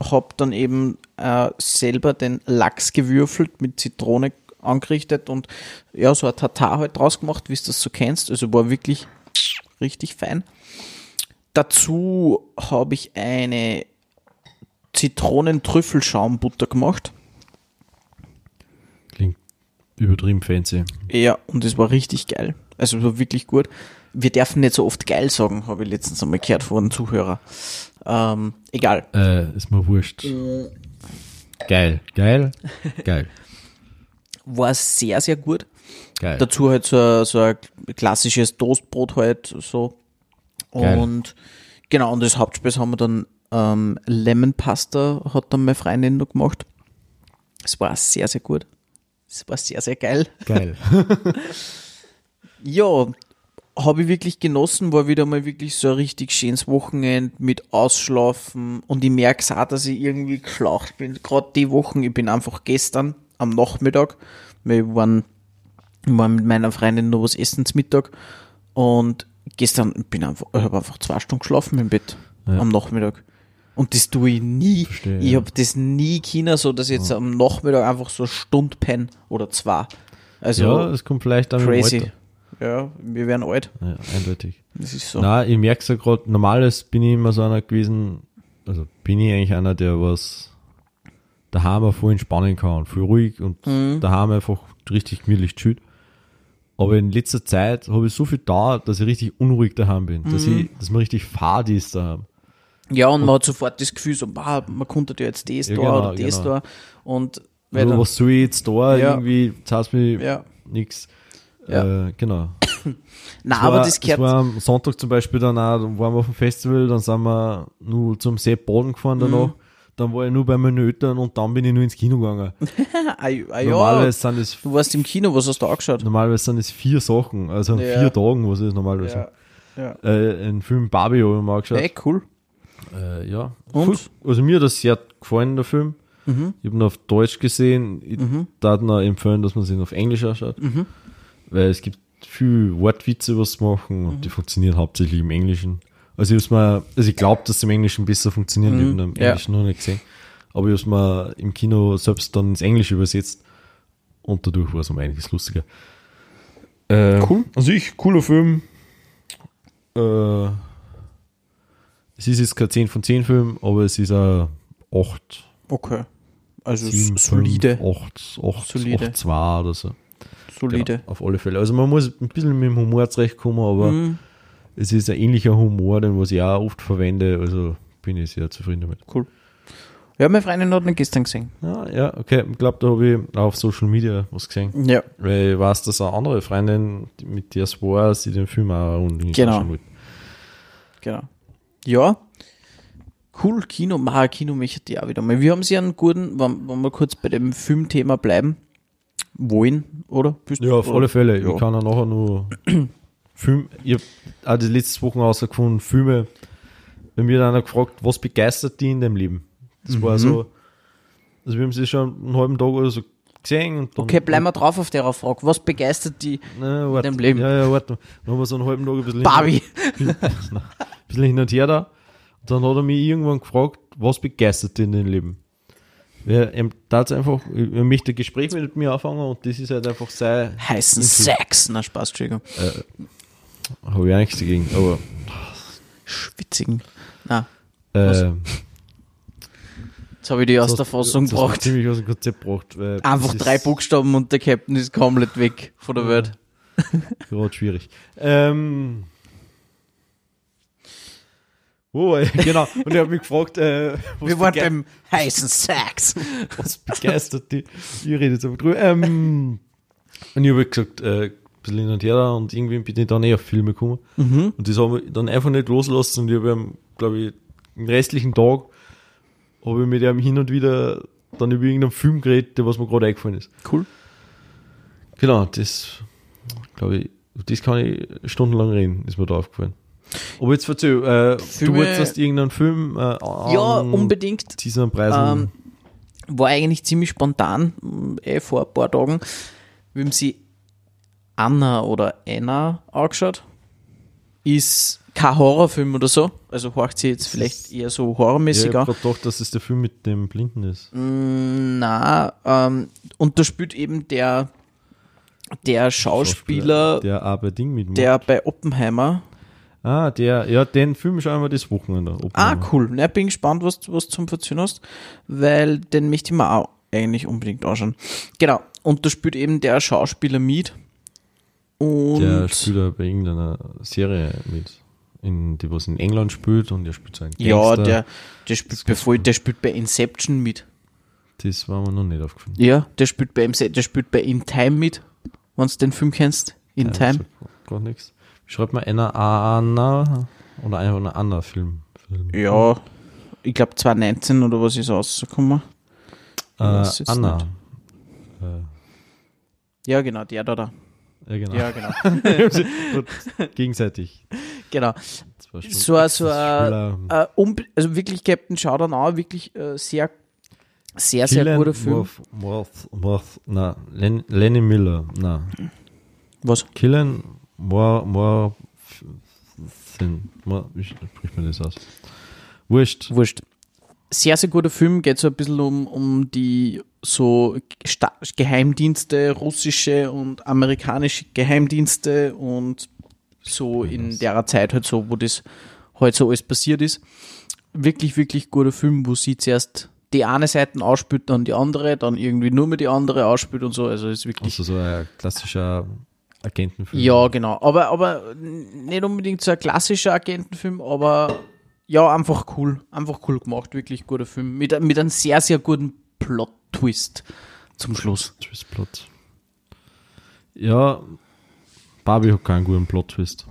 A: habe dann eben äh, selber den Lachs gewürfelt mit Zitrone angerichtet und ja, so ein Tatar halt draus gemacht, wie du das so kennst. Also war wirklich richtig fein. Dazu habe ich eine Zitronentrüffelschaumbutter gemacht.
B: Klingt übertrieben fancy.
A: Ja, und es war richtig geil. Also es war wirklich gut. Wir dürfen nicht so oft geil sagen, habe ich letztens einmal gehört von einem Zuhörer. Ähm, egal.
B: Äh, ist mir wurscht. Geil, geil, geil,
A: War sehr, sehr gut.
B: geil.
A: Dazu halt so, ein- so ein klassisches Toastbrot halt so.
B: Geil.
A: Und genau, und als Hauptspeis haben wir dann ähm, Lemon Pasta hat dann meine Freundin noch gemacht. Es war sehr, sehr gut. Es war sehr, sehr geil.
B: Geil.
A: Ja, habe ich wirklich genossen, war wieder mal wirklich so ein richtig schönes Wochenende mit Ausschlafen und ich merke es auch, dass ich irgendwie geschlaucht bin. Gerade die Wochen, ich bin einfach gestern am Nachmittag, wir waren, waren mit meiner Freundin noch was essen zum Mittag und gestern bin ich einfach, ich habe einfach zwei Stunden geschlafen im Bett
B: Ja.
A: am Nachmittag. Und das tue ich nie.
B: Verstehe,
A: ich
B: ja.
A: habe das nie China, so dass ich jetzt am Nachmittag einfach so eine Stunde penne oder zwei. Also
B: ja, es kommt vielleicht dann
A: crazy. Ja, wir werden alt.
B: Ja, eindeutig.
A: Das ist so.
B: Na, ich merke es ja gerade, normales bin ich immer so einer gewesen, also bin ich eigentlich einer, der was daheim auch voll entspannen kann und voll ruhig und
A: Mhm.
B: daheim einfach richtig gemütlich chillt. Aber in letzter Zeit habe ich so viel da, dass ich richtig unruhig daheim bin, dass
A: Mhm.
B: ich, dass man richtig fad ist daheim.
A: Ja, und man hat sofort das Gefühl, so, bah, man konnte ja jetzt das
B: Ja,
A: da
B: genau,
A: oder das
B: genau.
A: da. Und weil
B: Oder
A: dann,
B: was soll ich jetzt da
A: Ja.
B: irgendwie, zahlst mir
A: Ja.
B: nix.
A: Ja.
B: Äh, genau.
A: nein,
B: Es
A: aber
B: war,
A: das
B: es war
A: gehört.
B: am Sonntag zum Beispiel dann auch, dann waren wir auf dem Festival, dann sind wir nur zum See Baden gefahren danach,
A: Mhm.
B: dann war ich nur bei meinen Eltern und dann bin ich nur ins Kino gegangen.
A: Ah, ah, ja,
B: Normalerweise sind es
A: du warst im Kino, was hast du angeschaut?
B: normalerweise sind es vier Sachen, also an
A: Ja.
B: vier Tagen, was ist normalerweise.
A: Ja.
B: Äh, einen Film Barbie habe ich mir angeschaut.
A: Ey, cool.
B: Äh, ja.
A: Und? Mhm.
B: Voll- Also mir hat das sehr gefallen, der Film. Ich habe ihn auf Deutsch gesehen. Ich darf noch empfehlen, dass man sich auf Englisch anschaut.
A: Mhm.
B: Weil es gibt viel Wortwitze, was sie machen
A: Mhm.
B: und die funktionieren hauptsächlich im Englischen. Also ich, hab's mir, also ich glaube, dass sie im Englischen besser funktionieren, ich habe ihn im
A: Mhm. Ja.
B: Englischen noch nicht gesehen. Aber ich habe mir im Kino selbst dann ins Englische übersetzt und dadurch war es um einiges lustiger. cool. Also ich, cooler Film. Äh, es ist jetzt kein 10 von 10 Film, aber es ist ein 8,
A: Okay. Also
B: 7,
A: solide,
B: 8, 8,
A: Solide.
B: 8, 2 oder so.
A: solide.
B: Genau, auf alle Fälle. Also man muss ein bisschen mit dem Humor zurechtkommen, aber
A: Mhm.
B: es ist ein ähnlicher Humor, den was ich auch oft verwende, also bin ich sehr zufrieden damit.
A: Cool. Ja, meine Freundin hat ihn gestern gesehen.
B: Ja, ja okay, ich glaube, da habe ich auf Social Media was gesehen.
A: Ja.
B: Weil ich weiß, dass eine andere Freundin, die- mit der es war, sie den Film auch unbedingt
A: Genau.
B: anschauen wollte.
A: Genau. Ja. Cool, Kino, ma, Kino möchte ich auch wieder mal. Wir haben sie einen guten, wenn, wenn wir kurz bei dem Filmthema bleiben wollen, oder? Bist
B: Ja, auf
A: oder?
B: alle Fälle.
A: Ja.
B: Ich kann ja nachher nur Film. Ich habe auch die letzten Wochen herausgefunden, Filme. Bei mir hat einer gefragt, was begeistert die in dem Leben? Das war so. Also, wir haben sie schon einen halben Tag oder so gesehen. Und dann,
A: Okay, bleiben wir drauf auf der Frage. Was begeistert die
B: Na, warte.
A: in dem Leben.
B: Ja, ja, warte. Dann haben wir so einen halben Tag ein bisschen,
A: Barbie?
B: Hin, ein bisschen hin und her da. Und dann hat er mich irgendwann gefragt, was begeistert die in dem Leben? Wer, er, da hat's einfach, er möchte ein Gespräch mit mir anfangen und das ist halt einfach sein,
A: Heißen Sex. Na, Spaß, Entschuldigung.
B: habe ich auch nichts dagegen, aber
A: Schwitzigen. Na,
B: Ähm,
A: jetzt habe ich die aus
B: das-
A: der Fassung
B: das hat mich
A: gebracht.
B: ziemlich aus dem Konzept gebracht. weil
A: Einfach
B: das ist
A: drei Buchstaben und der Captain ist komplett weg von der Welt.
B: Gerade schwierig. Ähm, oh, äh, genau. Und er hat mich gefragt, äh, was,
A: Wir waren
B: bege-
A: beim heißen Sex.
B: was begeistert die. Ich rede jetzt einfach drüber. Ähm, und ich habe gesagt, äh, ein bisschen hin und her da und irgendwie bin ich dann eh auf Filme gekommen.
A: Mhm.
B: Und das habe ich dann einfach nicht losgelassen und ich habe, glaube ich, den restlichen Tag habe ich mit ihm hin und wieder dann über irgendeinen Film geredet, der was mir gerade eingefallen ist.
A: Cool.
B: Genau, das glaube ich, über das kann ich stundenlang reden, ist mir da aufgefallen. Aber jetzt verzähl, äh, du
A: Filme-
B: wolltest dass du irgendeinen Film äh,
A: Ja, Ähm, unbedingt.
B: Diesen Preisen.
A: war eigentlich ziemlich spontan, mh, eh vor ein paar Tagen. Wir haben sie Anna oder Anna angeschaut. Ist kein Horrorfilm oder so. Also horcht sie jetzt vielleicht eher so
B: ja, ich
A: horrormäßig
B: habe
A: an.
B: gerade gedacht, dass es der Film mit dem Blinden ist.
A: Äh, Na, ähm, und da spielt eben der, der Schauspieler,
B: Der aber Ding mitmacht.
A: der bei Oppenheimer.
B: ah, der, ja, den Film schauen wir das Wochenende.
A: Ah,
B: Oppenheimer.
A: cool. Na, bin gespannt, was du was zum Verzünden hast, weil den möchte ich mir auch eigentlich unbedingt anschauen. Genau. Und da spielt eben der Schauspieler mit. Und
B: Der spielt ja bei irgendeiner Serie mit, in, die was in England spielt und der spielt so einen
A: ja,
B: Gangster.
A: der, der spielt bevor, der spielt bei Inception mit.
B: Das war mir noch nicht aufgefallen.
A: Ja, der spielt bei Inse- der spielt bei In Time mit, wenn du den Film kennst. In Time.
B: Gar nichts. Schreibt man einer Anna oder einfach einer Anna Film. Film.
A: Ja, ich glaube 2019 oder was ist rausgekommen.
B: Äh,
A: weiß jetzt
B: Anna.
A: nicht. Ja, genau, der da da.
B: Ja, genau.
A: Ja, genau.
B: Gut, Gegenseitig.
A: genau.
B: Zwei Stunden.
A: So, ein- so
B: Schwuler,
A: ein, äh, unbe- also wirklich Captain Showdown wirklich äh, sehr, sehr, sehr
B: Killian
A: guter Film.
B: Murph, Murph, Murph, na, Len, Lenny Miller, na.
A: Was?
B: Killen Mor, Mor, Mor, wie spricht man das aus? Wurscht.
A: Wurscht. Sehr, sehr guter Film, geht so ein bisschen um, um die so Sta Geheimdienste, russische und amerikanische Geheimdienste und so in derer Zeit halt so, wo das halt so alles passiert ist. Wirklich, wirklich guter Film, wo sie zuerst die eine Seite ausspült, dann die andere, dann irgendwie nur mehr die andere ausspült und so. Also ist wirklich
B: Also so ein klassischer Agentenfilm.
A: Ja, genau. Aber, aber nicht unbedingt so ein klassischer Agentenfilm, aber ja, einfach cool. Einfach cool gemacht. Wirklich guter Film. Mit, mit einem sehr, sehr guten Plot-Twist zum Schluss.
B: Twist-Plot. Ja, Barbie hat keinen guten Plot-Twist.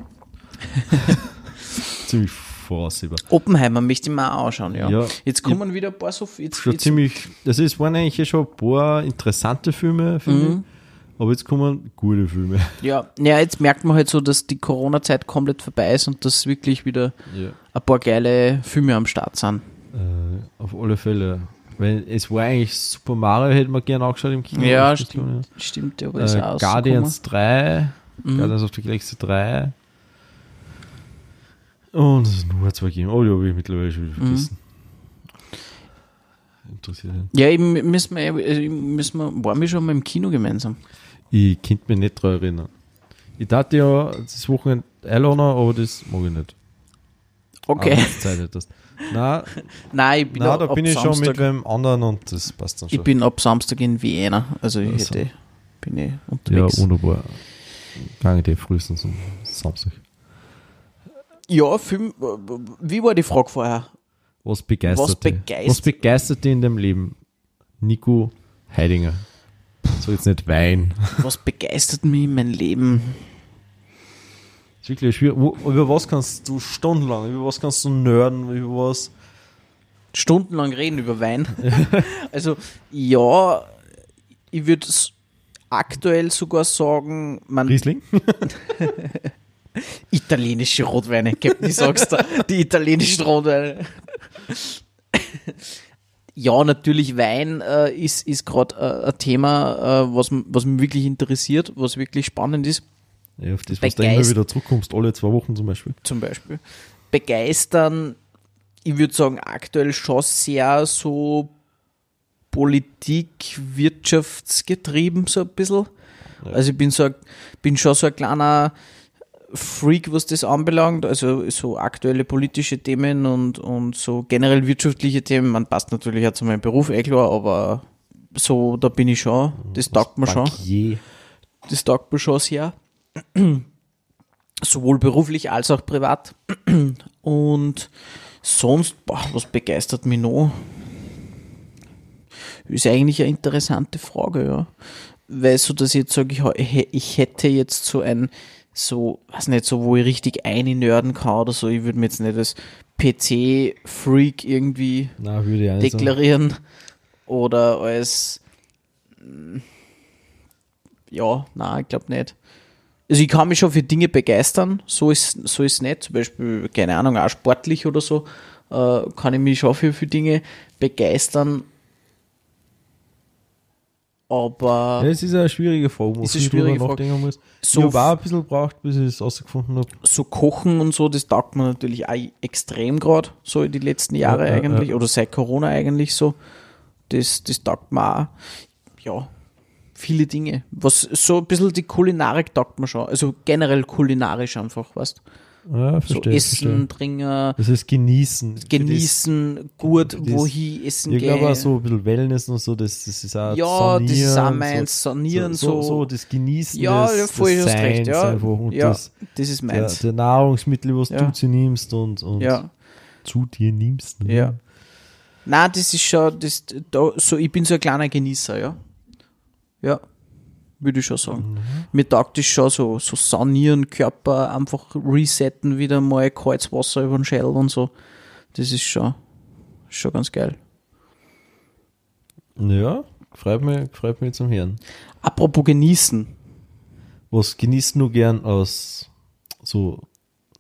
B: Ziemlich voraussehbar.
A: Oppenheimer möchte ich mir auch anschauen, ja.
B: Ja.
A: Jetzt kommen wieder ein paar so. Jetzt,
B: schon
A: jetzt,
B: ziemlich, also es waren eigentlich eh schon ein paar interessante Filme, finde
A: Mhm.
B: ich. Aber jetzt kommen gute Filme.
A: ja. ja, jetzt merkt man halt so, dass die Corona-Zeit komplett vorbei ist und dass wirklich wieder
B: Ja.
A: ein paar geile Filme am Start sind.
B: Äh, auf alle Fälle. Weil es war eigentlich Super Mario, hätte man gerne angeschaut im Kino.
A: Ja,
B: Das
A: stimmt. Stimmt, ja, aber ist
B: Äh,
A: auch
B: Guardians 3,
A: Mhm.
B: Guardians of the Galaxy 3. Und es sind nur zwei Game. Oh, die habe ich mittlerweile schon wieder
A: Mhm.
B: vergessen. Interessiert ihn.
A: Ja, eben müssen wir, äh, müssen wir, waren wir schon mal im Kino gemeinsam?
B: Ich könnte mich nicht daran erinnern. Ich dachte ja, das Wochenende Eilona, aber das mag ich nicht.
A: Okay.
B: Zeit das. Nein,
A: Nein, ich bin,
B: nein
A: ab-
B: da
A: ab
B: bin ich schon
A: Samstag,
B: mit wem anderen und das passt dann schon.
A: Ich bin ab Samstag in Vienna, also ich
B: Also.
A: hätte, bin ich
B: ja,
A: unterwegs.
B: wunderbar. Gange die frühestens am Samstag.
A: Ja, Film, wie war die Frage vorher?
B: Was begeistert
A: Was
B: dich?
A: begeistert-
B: Was begeistert dich in deinem Leben? Nico Heidinger. So jetzt nicht Wein.
A: Was begeistert mich in meinem Leben?
B: Das ist wirklich schwierig. Wo, über was kannst du stundenlang, über was kannst du nörden, über was?
A: Stundenlang reden über Wein. also, ja, ich würde aktuell sogar sagen, man
B: Riesling?
A: italienische Rotweine, Captain, ich sag's da. Die italienischen Rotweine. Ja, natürlich, Wein äh, ist, ist gerade äh, ein Thema, äh, was, m- was mich wirklich interessiert, was wirklich spannend ist,
B: Ja, auf das, was du immer
A: Begeist-
B: wieder zurückkommst, alle zwei Wochen zum Beispiel.
A: zum Beispiel. Begeistern, ich würde sagen, aktuell schon sehr so Politik, Wirtschaftsgetrieben, so ein bisschen. Also ich bin, so, ein- bin schon so ein kleiner Freak, was das anbelangt. Also so aktuelle politische Themen und, und so generell wirtschaftliche Themen. Man passt natürlich auch zu meinem Beruf, eh klar, aber so, da bin ich schon. Das taugt mir schon.
B: Bankier.
A: Das taugt mir schon sehr. Sowohl beruflich als auch privat. Und sonst, boah, was begeistert mich noch? Ist eigentlich eine interessante Frage, ja. Weil so, dass ich jetzt sage, ich, hä- hä- ich hätte jetzt so ein, so, weiß nicht, so, wo ich richtig einnörden kann oder so, ich würde mir jetzt nicht als PC-Freak irgendwie
B: Nein, würde ich auch nicht sagen.
A: deklarieren oder als mm, ja, na, ich glaube nicht. Also ich kann mich schon für Dinge begeistern, so ist so ist nicht, zum Beispiel keine Ahnung, auch sportlich oder so, äh, kann ich mich schon für, für Dinge begeistern.
B: Ja,
A: Aber
B: es ist eine schwierige Frage, wo
A: Ist
B: du
A: eine schwierige
B: drüber
A: Frage.
B: nachdenken musst.
A: So
B: ich habe auch ein bisschen gebraucht, bis ich es rausgefunden habe.
A: so kochen und so, das taugt mir natürlich auch extrem gerade, so in die letzten Jahre
B: Ja, ja,
A: eigentlich
B: ja.
A: oder seit Corona eigentlich so. Das, das taugt mir auch. Ja, viele Dinge. Was so ein bisschen die Kulinarik taugt mir schon. Also generell kulinarisch einfach, weißt
B: Ja,
A: So
B: verstehe.
A: Essen,
B: verstehe.
A: Trinken,
B: Das ist Genießen.
A: Genießen, gut,
B: das-
A: wohin essen
B: Ich
A: gehen.
B: glaube auch so ein bisschen Wellness und so, das, das ist auch
A: Ja, das ist auch
B: Sanieren,
A: meins, Sanieren,
B: so,
A: so.
B: so das Genießen
A: ja,
B: des,
A: ja, voll, du
B: des
A: hast recht.
B: Seins
A: Ja,
B: einfach und
A: ja das,
B: das,
A: ist
B: der,
A: meins.
B: der Nahrungsmittel, was
A: Ja.
B: du zu dir nimmst und, und
A: ja.
B: zu dir nimmst. ne?
A: Ja. Na, das ist schon, das, da, so, ich bin so ein kleiner Genießer, ja. Ja, würde ich schon sagen.
B: Mhm.
A: Mir taugt das schon so, so sanieren, Körper einfach resetten, wieder mal kaltes Wasser über den Schädel und so. Das ist schon, schon ganz geil.
B: ja, freut mich, freut mich zum Hören.
A: Apropos genießen.
B: Was genießt du gern aus so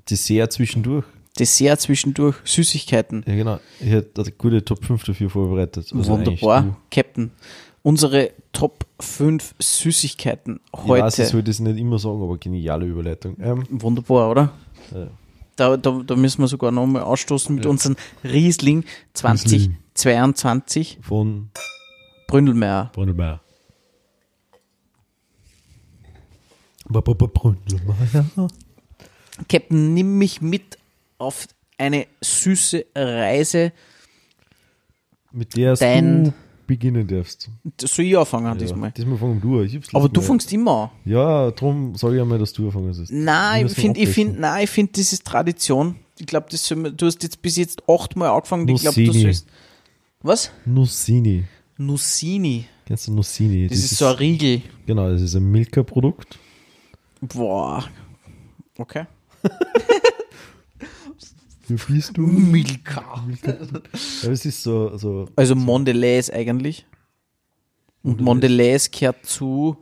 B: Dessert zwischendurch?
A: Dessert zwischendurch, Süßigkeiten.
B: Ja, genau. Ich hätte eine gute Top 5 dafür vorbereitet. Also eigentlich
A: Wunderbar, Captain. Unsere Top 5 Süßigkeiten
B: du. Ich weiß, ich
A: heute.
B: soll das nicht immer sagen, aber geniale Überleitung. Ähm,
A: Wunderbar, oder?
B: Ja.
A: Da, da, da müssen wir sogar nochmal ausstoßen mit unserem Riesling 2022
B: von
A: Bründelmeier.
B: Brundelmeier. Brundelmeier.
A: Captain, nimm mich mit auf eine süße Reise.
B: Mit der
A: Dein-
B: du beginnen darfst.
A: Das soll ich anfangen diesmal.
B: Diesmal fangen du an. Ich hab's
A: Aber
B: letztes
A: du
B: Mal-
A: fängst immer an.
B: Ja, darum sage ich einmal, dass du anfangen sollst. Wir
A: Nein, ich
B: müssen
A: finde, ich
B: abwechseln.
A: find, nein, ich finde, das ist Tradition. Ich glaube, das soll man- du hast jetzt bis jetzt achtmal angefangen. Ich glaube, du
B: Nussini.
A: sollst. Was?
B: Nussini.
A: Nussini.
B: Kennst du Nussini?
A: Das, ist, so ein Riegel.
B: Genau, das ist ein Milka-Produkt.
A: Boah. Okay.
B: Wie bist du?
A: Milka.
B: Ja, es ist so, so
A: Also Mondelez eigentlich. Und Mondelez gehört zu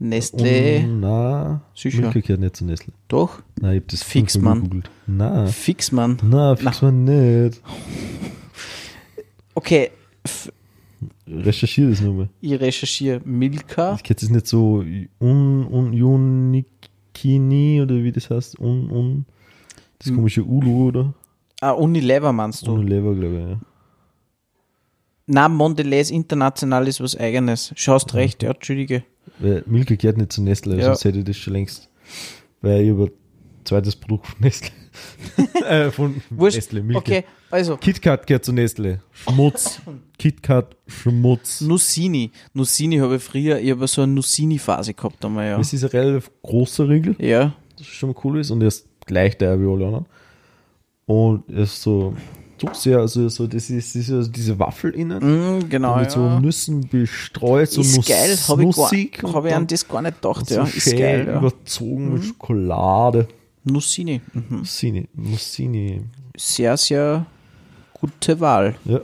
A: Nestlé.
B: Um, na,
A: Sicher.
B: Milka gehört nicht zu Nestle.
A: Doch.
B: Nein, ich hab das
A: Fix,
B: fünfmal
A: Mann.
B: gegoogelt. Na,
A: Fix, Mann.
B: na, fix man nicht.
A: Okay. F
B: Recherchiere das nochmal.
A: ich recherchiere Milka.
B: Ich kenne das nicht so un, un, Unikini oder wie das heißt. Un, un, das komische Ulu, oder?
A: Ah, Unilever meinst du?
B: Unilever, glaube ich, ja.
A: Na, Mondelez International ist was eigenes. Schaust
B: Mhm.
A: recht, ja, Entschuldige.
B: Weil Milka gehört nicht zu Nestle, also
A: Ja.
B: sonst hätte ich das schon längst. Weil ich über zweites Produkt von Nestle. äh, von
A: Wurscht.
B: Nestle, Milka.
A: Okay, also
B: KitKat gehört zu Nestle. Schmutz. KitKat, Schmutz.
A: Nussini. Nussini habe ich früher, ich habe so eine Nussini-Phase gehabt einmal, ja.
B: Das ist ein relativ großer Riegel,
A: Ja,
B: das schon cool ist. Und er ist gleich der wie alle anderen. Und er ist so, so sehr, also so, das ist, das ist also diese Waffel innen.
A: mm, genau.
B: Mit so
A: ja.
B: Nüssen bestreut, so
A: ist
B: Nuss,
A: geil, habe ich,
B: nussig
A: gar-
B: und
A: hab ich an
B: dann
A: das gar nicht gedacht,
B: so
A: ja.
B: schön
A: Ist geil, ja. Mm.
B: überzogen mit Schokolade.
A: Nussini. Mhm.
B: Mussini. Mussini.
A: Sehr, sehr gute Wahl.
B: Ja.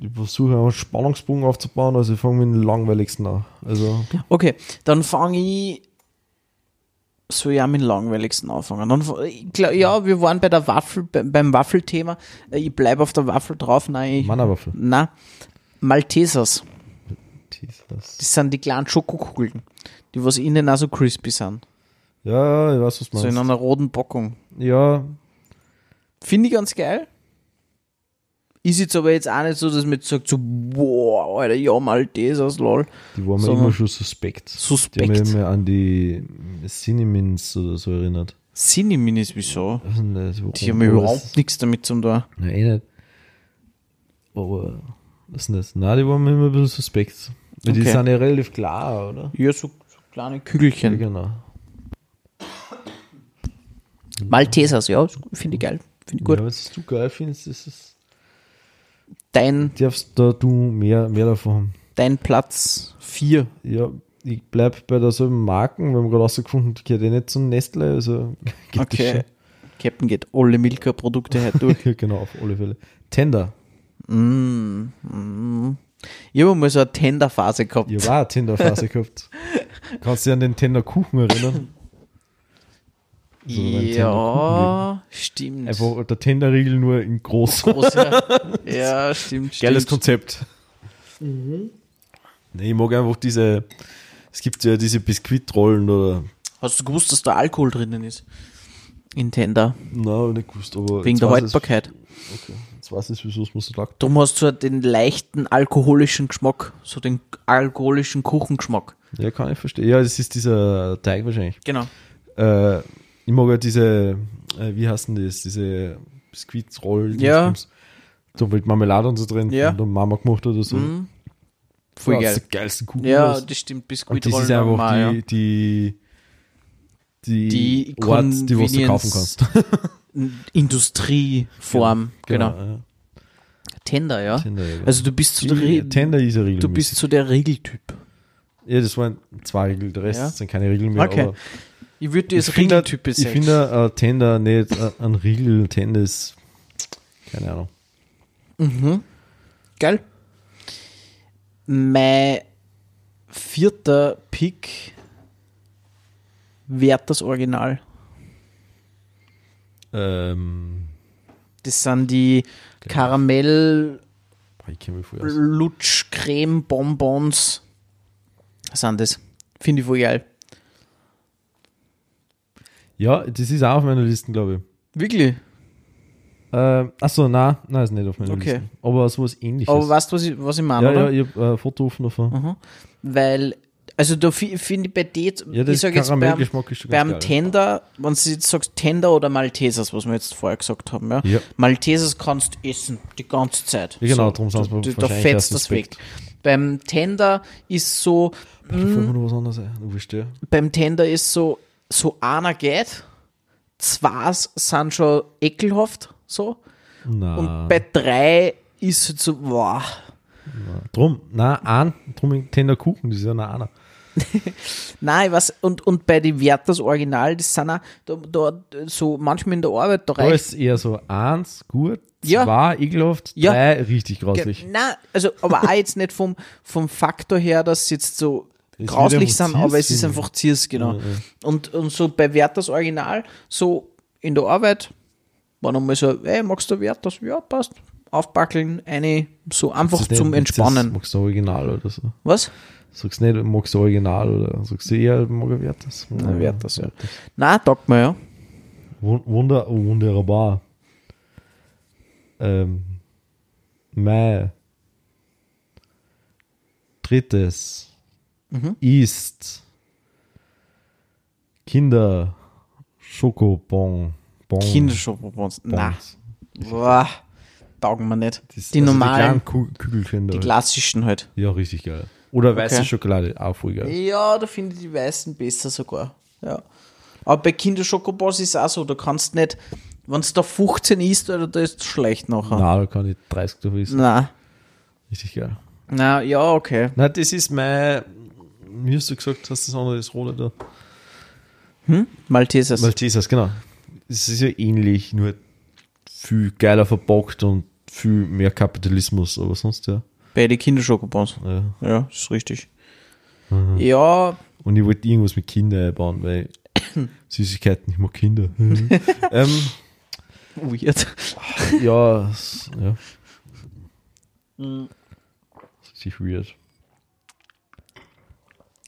B: Ich versuche einen Spannungsbogen aufzubauen, also ich fange mit dem langweiligsten an. Also,
A: Okay, dann fange ich. So ja, mit dem langweiligsten anfangen. Dann, fa- ich glaub, ja, wir waren bei der Waffel, bei- beim Waffelthema. Äh, Ich bleibe auf der Waffel drauf. Nein, ich,
B: Mannerwaffel.
A: na, Maltesers.
B: Jesus.
A: Das sind die kleinen Schokokugeln, die was innen auch so crispy sind.
B: Ja, ich weiß, was
A: So
B: man
A: in
B: meinst.
A: einer roten Packung.
B: Ja,
A: Finde ich ganz geil. Ist jetzt aber jetzt auch nicht so, dass man jetzt sagt so, boah, Alter, ja, Maltesers, lol.
B: die waren mir
A: Sondern-
B: immer schon suspekt.
A: Suspekt.
B: Die haben mich immer an die Cinnamins oder so erinnert.
A: Cinnamon ist wieso?
B: Ich weiß nicht, warum,
A: Die haben ja
B: aber
A: überhaupt
B: das-
A: nichts damit zum tun.
B: Nein, eh nicht. Aber, was denn das? Nein, die waren mir immer ein bisschen suspekt. Weil die
A: Okay.
B: sind ja relativ klar, oder?
A: Ja, so, so kleine Kügelchen.
B: Genau.
A: Maltesers, ja, finde ich geil. Finde ich gut.
B: Ja, wenn du es zu geil findest, ist es.
A: Dein,
B: darfst da du mehr, mehr davon haben.
A: dein Platz 4.
B: Ja, ich bleib bei derselben Marken, weil wir gerade rausgefunden, die gehört eh nicht zum Nestle, also geht
A: Okay. Captain geht alle Milka-Produkte heute durch.
B: das schon. genau, auf alle Fälle. Tender.
A: Mm, Ich habe mal so eine Tender-Phase gehabt.
B: Ich war Tender-Phase gehabt. Kannst du dich an den Tender-Kuchen erinnern? So beim
A: ja, stimmt.
B: Einfach der Tender-Riegel nur in groß.
A: Groß, ja. ja, stimmt.
B: Geiles
A: stimmt.
B: Konzept. Nee, ich mag einfach diese, es gibt ja diese Biskuitrollen oder,
A: Hast du gewusst, dass da Alkohol drinnen ist? In Tender.
B: na, nicht gewusst, aber
A: Wegen
B: jetzt
A: der
B: weiß ich's-
A: Haltbarkeit.
B: Okay, jetzt weiß ich, wieso es mir so lag.
A: Darum hast du halt den leichten alkoholischen Geschmack. So den alkoholischen Kuchengeschmack.
B: Ja, kann ich verstehen. Ja, das ist dieser Teig wahrscheinlich.
A: Genau.
B: Äh, ich mag ja diese, äh, wie heißen das, diese Biskuitrollen.
A: Ja.
B: So mit Marmelade und so drin.
A: Ja. Mhm.
B: Und dann Mama gemacht oder so.
A: Voll
B: ja,
A: geil.
B: Das ist der geilste Kuchen.
A: Ja,
B: was-
A: das stimmt.
B: und das
A: Biskuitrollen
B: ist einfach
A: normal,
B: die, die, die,
A: Die
B: Ort, die was du kaufen
A: Convenience-
B: kannst.
A: ja. Industrieform. Genau.
B: genau.
A: Tender, ja.
B: Tender, ja, genau.
A: Also du bist zu der,
B: Ja.
A: Re-
B: Tender ist ein Riegel.
A: du bist zu der Regeltyp.
B: ja, das waren zwei Riegel, der Rest
A: Ja.
B: sind keine Riegel mehr.
A: Okay.
B: Aber
A: Ich würde dir als
B: find da-
A: Regeltyp
B: Ich
A: bezeichnen.
B: finde äh, Tender nicht äh, ein Riegel, Tender ist, keine Ahnung.
A: Geil. Mein vierter Pick wert das Original?
B: Ähm,
A: Das sind die Karamell-Lutsch-Creme-Bonbons.
B: boah, ich kenne mich voll aus.
A: Sind das. Finde ich voll geil.
B: Ja, das ist auch auf meiner Liste, glaube ich.
A: Wirklich?
B: Ähm, achso, nein, nein, ist nicht auf meiner
A: Okay.
B: Liste. Aber sowas ähnliches.
A: Aber weißt du, was ich, was ich meine,
B: ja,
A: oder? Mhm.
B: ja, ich habe äh, ein Foto offen davon.
A: Weil, also da fi- finde ich bei dir, jetzt-
B: Ja, das
A: ich sage jetzt beim,
B: Karamellgeschmack ist schon ganz
A: beim
B: geil.
A: Tender, wenn du jetzt sagst Tender oder Maltesers, was wir jetzt vorher gesagt haben, ja.
B: Ja.
A: Maltesers kannst du essen, die ganze Zeit.
B: Ja, genau, drum
A: da,
B: sind wir
A: da
B: wahrscheinlich
A: fetzt
B: erst
A: das weg.
B: suspekt.
A: Beim Tender ist so,
B: Da
A: Mhm.
B: fällt mir noch was anderes ein. Du bist ja.
A: beim Tender ist so, so einer geht, zwei sind schon ekelhaft, so,
B: Nein.
A: und bei drei ist es so, wow,
B: Drum, nein, an, drum Tender Kuchen, das ist ja noch einer.
A: Nein, was und, und bei den Werthers Original, das sind auch da, da, so manchmal in der Arbeit, da
B: Da
A: reicht.
B: ist eher so eins, gut,
A: Ja.
B: zwei, ekelhaft,
A: Ja.
B: drei, richtig grauslich.
A: Nein, also aber auch jetzt nicht vom, vom Faktor her, dass sie jetzt so
B: Es wird
A: grauslich
B: einfach
A: sind, aber es
B: Ziers
A: ist
B: sind.
A: einfach Ziers, genau. Und, und so bei Werthers Original, so in der Arbeit, war nochmal so, ey, magst du Werthers? Ja, passt. Aufbackeln, eine, so einfach
B: Nicht,
A: zum
B: nicht, das
A: Entspannen.
B: Magst du Original oder so?
A: Was?
B: Sagst nicht, magst du Original oder sagst du eher, mag ich Werthers?
A: Na, Werthers, ja. Nein, taugt mir, ja.
B: Wun- Wunder, oh, wunderbar. Ähm, Mai. Drittes.
A: Mhm.
B: Ist. Kinder. Schokobon. Bon.
A: Kinderschokobons. Nein,
B: Bons.
A: boah, taugen wir nicht.
B: Das-
A: die
B: also
A: normalen,
B: Die kleinen Kü- Kügelkinder.
A: die klassischen halt.
B: ja, richtig geil. Oder weiße
A: Okay.
B: Schokolade. Auch voll geil.
A: Ja, da finde ich die Weißen besser sogar. Ja. Aber bei Kinderschokobons ist es auch so, du kannst nicht, wenn es da 15 ist, oder da ist es schlecht nachher.
B: Na, da kann ich 30 davon essen.
A: Na,
B: Richtig geil.
A: na, ja, okay.
B: Na, das ist mein. Mir hast du gesagt, dass das andere ist Rolle da.
A: Maltesers.
B: Maltesers, genau. Es ist ja ähnlich, nur viel geiler verpackt und viel mehr Kapitalismus, aber sonst ja.
A: bei den Kinderschokobons.
B: ja.
A: Ja, ist richtig. Ja,
B: Und ich wollte irgendwas mit Kindern einbauen, weil Süßigkeiten, ich mag Kinder. ähm,
A: weird.
B: ja, s- ja. Das ist richtig weird.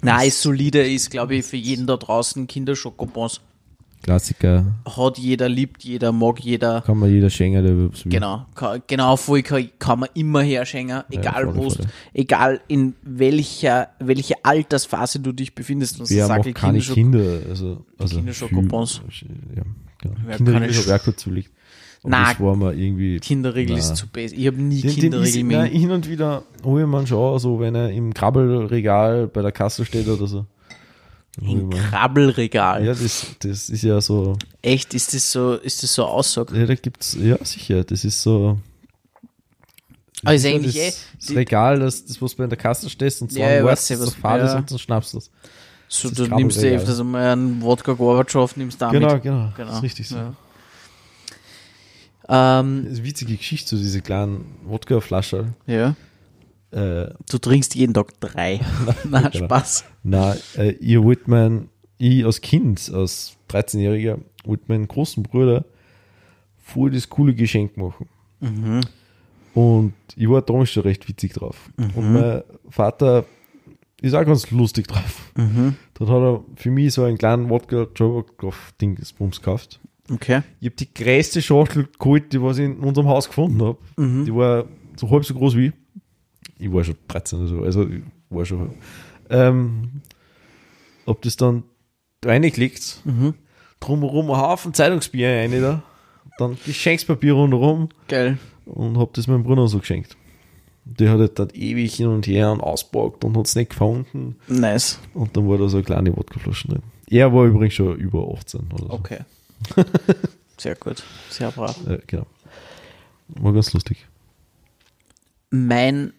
A: Nein, ist solide, ist glaube ich für jeden da draußen Kinderschokobons.
B: Klassiker,
A: Hat jeder, liebt jeder, mag jeder.
B: kann man jeder schenken, der was will.
A: Genau, ka- genau, voll kann, kann man immer herschenken, egal
B: voll,
A: wo, du-
B: voll.
A: egal in welcher, welche Altersphase du dich befindest. Und
B: Wer
A: sag
B: macht
A: ich,
B: keine
A: Kinderschoko-
B: Kinder? Also, also
A: Kinderschokobons.
B: viel- Ja, genau.
A: Wer
B: Kinderriegel
A: keine
B: habe ich auch kurz überlegt. Aber
A: Na,
B: das war mal irgendwie.
A: Kinderregel
B: Na.
A: ist zu base. Ich habe nie
B: Den, den ist,
A: Kinderregel
B: na,
A: mehr.
B: hin und wieder hole ich man schon, so wenn er im Krabbelregal bei der Kasse steht oder so. Dann hol ich
A: Im
B: mir-
A: Krabbelregal.
B: Ja, das, das ist ja so.
A: Echt, ist das so, ist das so eine Aussage?
B: Ja, da gibt's, ja sicher, das ist so.
A: Aber ist
B: ja
A: eigentlich eh,
B: das, das Regal, das, das, was bei der Kasse stehst und so
A: Ja,
B: ein
A: ich
B: Wort,
A: weiß
B: so
A: ja, was-
B: fad ist
A: ja.
B: und so schnappst du das.
A: so,
B: das
A: du nimmst dir
B: Krabbelregal.
A: öfters einmal einen Wodka Gorbatschow, nimmst damit.
B: Genau, genau,
A: Genau,
B: Das ist richtig so.
A: ja. Ähm,
B: Das ist eine witzige Geschichte, so diese kleinen Wodkaflaschen.
A: ja.
B: Äh,
A: Du trinkst jeden Tag drei. Na,
B: Genau.
A: Spaß.
B: Nein, äh, ich wollte mein, ich als Kind, als 13-Jähriger, wollte meinen großen Bruder voll das coole Geschenk machen. Und ich war damals schon recht witzig drauf. Und mein Vater ist auch ganz lustig drauf. Dort hat er für mich so einen kleinen Wodka Ding Bums gekauft.
A: Okay.
B: Ich habe die größte Schachtel geholt, die was ich in unserem Haus gefunden habe. Die war so halb so groß wie ich. Ich war schon 13 oder so, also ich war schon. Ähm, hab das dann reingelegt, drumherum ein Haufen Zeitungsbier rein da, dann Geschenkspapier rundherum
A: Geil.
B: und hab das meinem Bruder so geschenkt. Der hat halt dann ewig hin und her und auspackt und hat's nicht gefunden
A: Nice.
B: und dann war da so eine kleine Wodkaflasche drin. Er war übrigens schon über 18 oder so.
A: Okay. Sehr gut. Sehr brav.
B: Äh, genau. War ganz lustig.
A: Mein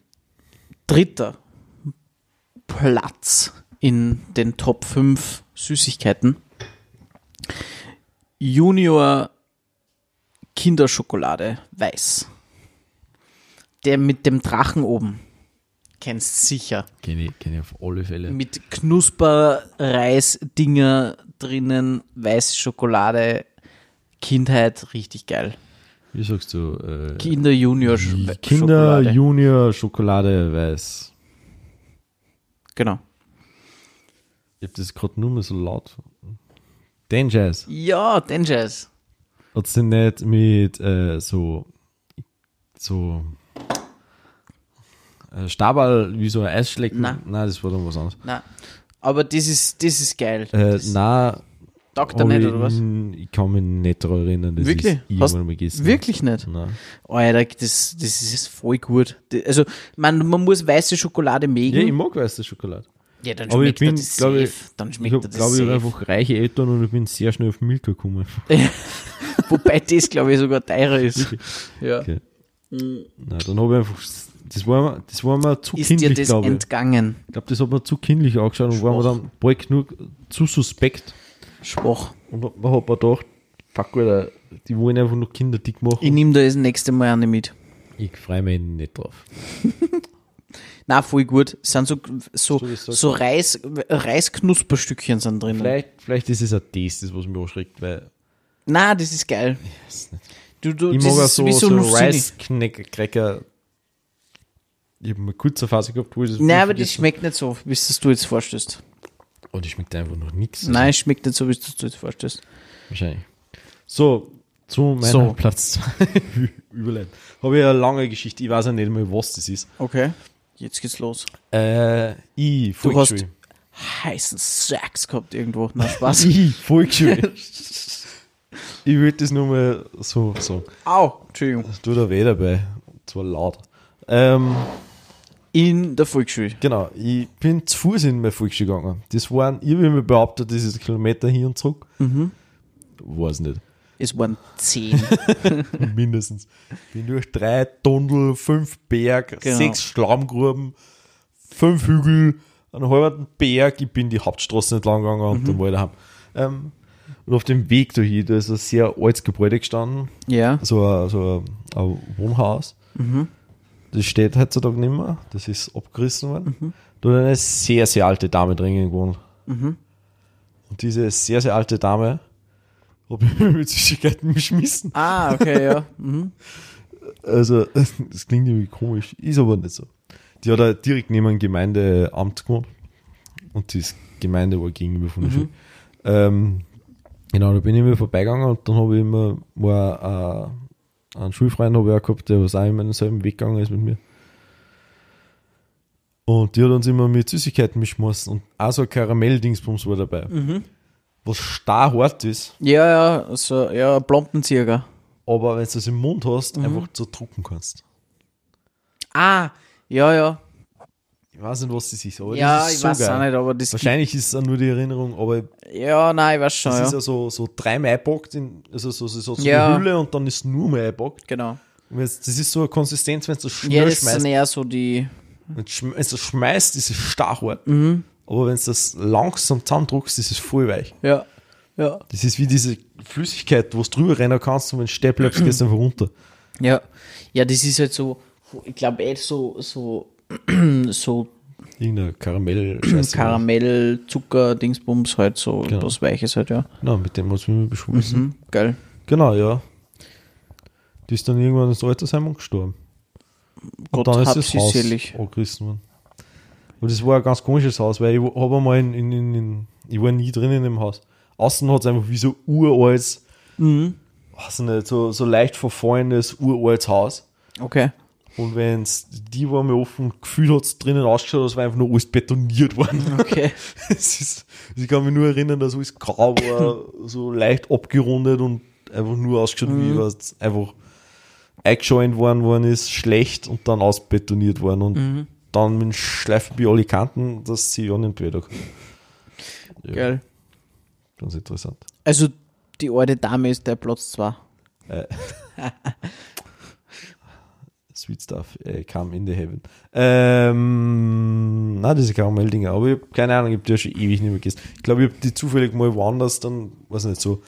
A: dritter Platz in den Top 5 Süßigkeiten. Junior Kinderschokolade weiß. Der mit dem Drachen oben. Kennst sicher.
B: Kenne ich, kenn ich auf alle Fälle.
A: Mit Knusperreis-Dinger drinnen, weiße Schokolade, Kindheit, richtig geil.
B: Wie sagst du? Äh,
A: Kinder Junior Sch-
B: Kinder,
A: Schokolade.
B: Junior, Schokolade, weiß.
A: Genau.
B: Ich hab das gerade nur mal so laut. Den Jazz.
A: Ja, den Jazz.
B: Hat's denn nicht mit äh, so, so äh, Stabal wie so ein Eisschlecken?
A: Nein.
B: Nein, das war dann was anderes.
A: Nein. Aber das ist, das ist geil.
B: Äh,
A: das
B: nein,
A: taugt er
B: hab
A: nicht,
B: ich,
A: oder was?
B: n- Ich kann mich nicht daran erinnern. Das
A: Wirklich?
B: Ist
A: Hast-
B: irgendwann mal gestern.
A: Wirklich nicht.
B: Nein.
A: Alter, das, das ist voll gut. Das- Also, man, man muss weiße Schokolade
B: Ja, ich
A: mögen.
B: mag weiße Schokolade.
A: Ja, dann
B: Aber ich
A: schmeckt er
B: bin,
A: das
B: glaube
A: safe.
B: ich,
A: Dann
B: Ich
A: schmeckt er
B: habe,
A: das
B: glaube ich,
A: safe.
B: einfach reiche Eltern und ich bin sehr schnell auf Milka gekommen.
A: Wobei das, glaube ich, sogar teurer ist. Ja.
B: Okay. Nein, dann habe ich einfach. Das war, mir- das war mir zu
A: Ist dir
B: kindlich,
A: das
B: glaube ich.
A: entgangen?
B: Ich glaube, das hat mir zu kindlich angeschaut und war mir dann bald genug zu suspekt.
A: Schwach.
B: Und hat man hat mir gedacht, fuck, Alter, die wollen einfach nur Kinder dick machen.
A: Ich nehme da das nächste Mal eine mit.
B: ich freue mich nicht drauf.
A: Na, voll gut. Es sind so, so,
B: So wie es sagt.
A: so Reis, Reisknusperstückchen sind drin.
B: Vielleicht, vielleicht ist es ein Test, das was mich anschreckt, weil
A: Na, das ist geil. Du, du,
B: ich
A: das
B: mag auch
A: ist
B: so,
A: wie
B: so,
A: so Nussini.
B: Rice-Cracker. Ich habe mal kurz eine Phase gehabt, wo ich das
A: Nein,
B: voll
A: aber das
B: vergessen
A: schmeckt nicht so, wie es du jetzt vorstellst.
B: hab. Und ich schmeckt einfach noch nichts.
A: Nein, es schmeckt nicht so, wie es du jetzt vorstellst.
B: Wahrscheinlich. So, zu meinem
A: So.
B: Platz 2 überleiten. Habe ich eine lange Geschichte, ich weiß ja nicht mal, was das ist.
A: Okay. Jetzt geht's los.
B: Äh, ich,
A: Du
B: Volksschule.
A: hast heißen Sex gehabt irgendwo. Na, Spaß.
B: Ich, Volksschule. ich würde das nur mal so sagen.
A: Au, Entschuldigung.
B: Das tut er weh dabei. Und zwar laut. Ähm,
A: In der Volksschule.
B: genau, ich bin zu Fuß in meine Volksschule gegangen. Das waren, ich habe mir behauptet, das ist ein Kilometer hin und zurück. Weiß nicht.
A: Es waren zehn.
B: mindestens. Bin durch drei Tunnel, fünf Berg,
A: Genau.
B: sechs Schlammgruben, fünf Hügel, einen halben Berg. Ich bin die Hauptstraße entlang gegangen und dann war ich daheim. Ähm, und auf dem Weg da hin, da ist ein sehr altes Gebäude gestanden,
A: ja.
B: so ein, so ein, ein Wohnhaus. Das steht heutzutage nicht mehr, das ist abgerissen worden. Da hat eine sehr, sehr alte Dame drinnen gewohnt. Und diese sehr, sehr alte Dame hat mich mit Süßigkeiten geschmissen.
A: Ah, okay, ja.
B: Also, das klingt irgendwie komisch, ist aber nicht so. Die hat halt direkt neben einem Gemeindeamt gewohnt. Und das Gemeinde war gegenüber von der Schule. Ähm, genau, da bin ich immer vorbeigegangen und dann habe ich immer war, äh, einen Schulfreund habe ich auch gehabt, der was auch immer denselben Weg gegangen ist mit mir. Und die hat uns immer mit Süßigkeiten beschmissen und auch so ein Karamell-Dingsbums war dabei. Was starr hart ist,
A: Ja, ja, so, ja, Plompenzieher.
B: aber wenn du das im Mund hast, einfach so drucken kannst.
A: Ah, ja, ja.
B: Ich weiß nicht, was Oh, das ist, aber
A: ja,
B: das ist
A: ich
B: so
A: weiß
B: geil.
A: auch nicht, aber das
B: Wahrscheinlich ist es auch nur die Erinnerung, aber
A: gibt- Ja, nein, ich weiß schon,
B: das
A: ja.
B: ist ja so, so dreimal eingepackt, in, also so, so, so, so
A: Ja.
B: eine Hülle und dann ist nur mal eingepackt.
A: genau.
B: Und wenn's- Das ist so eine Konsistenz, wenn du das schnell
A: Ja, das sind
B: schmeißt.
A: eher so die.
B: Wenn du das schmeißt, ist es starr hart.
A: Mhm.
B: Aber wenn du das langsam zusammendruckst, ist es voll weich.
A: Ja. Ja.
B: Das ist wie diese Flüssigkeit, wo du drüber rennen kannst und wenn du stehen bleibst, gehst du einfach runter.
A: Ja. Ja, das ist halt so, ich glaube, eh so, so, so
B: Irgendein Karamell. Scheiße.
A: Karamell, Zucker, Dingsbums, halt so
B: Genau. Mhm.
A: was Weiches halt, ja.
B: Genau, mit dem muss ich mich beschmutzen.
A: Hm, geil.
B: Genau, ja. Die ist dann irgendwann ins Altersheim gestorben.
A: Gott
B: dann ist
A: hab
B: das
A: sie
B: Haus
A: selig.
B: angerissen worden. Und das war ein ganz komisches Haus, weil ich habe einmal in, in, in, in, ich war nie drin in dem Haus. Außen hat es einfach wie so uraltes,
A: Mhm.
B: weiß nicht, so, so leicht verfallenes uraltes Haus.
A: Okay.
B: Und wenn die war mir offen gefühlt hat, drinnen ausgeschaut, das war einfach nur alles betoniert worden.
A: Okay.
B: Es ist, also ich kann mich nur erinnern, dass alles grau war, so leicht abgerundet und einfach nur ausgeschaut, wie was einfach eingeschäumt worden, worden ist, schlecht und dann ausbetoniert worden und dann mit Schleifen wie alle Kanten, dass sie ja nicht wieder. Ja,
A: Geil.
B: Ganz interessant.
A: Also, die alte Dame ist der Platz 2.
B: Sweet Stuff äh, kam in the heaven. Ähm, nein, diese Karamell-Dinger, aber ich habe keine Ahnung, ich habe die ja schon ewig nicht mehr gegessen. Ich glaube, ich habe die zufällig mal woanders dann, weiß nicht, so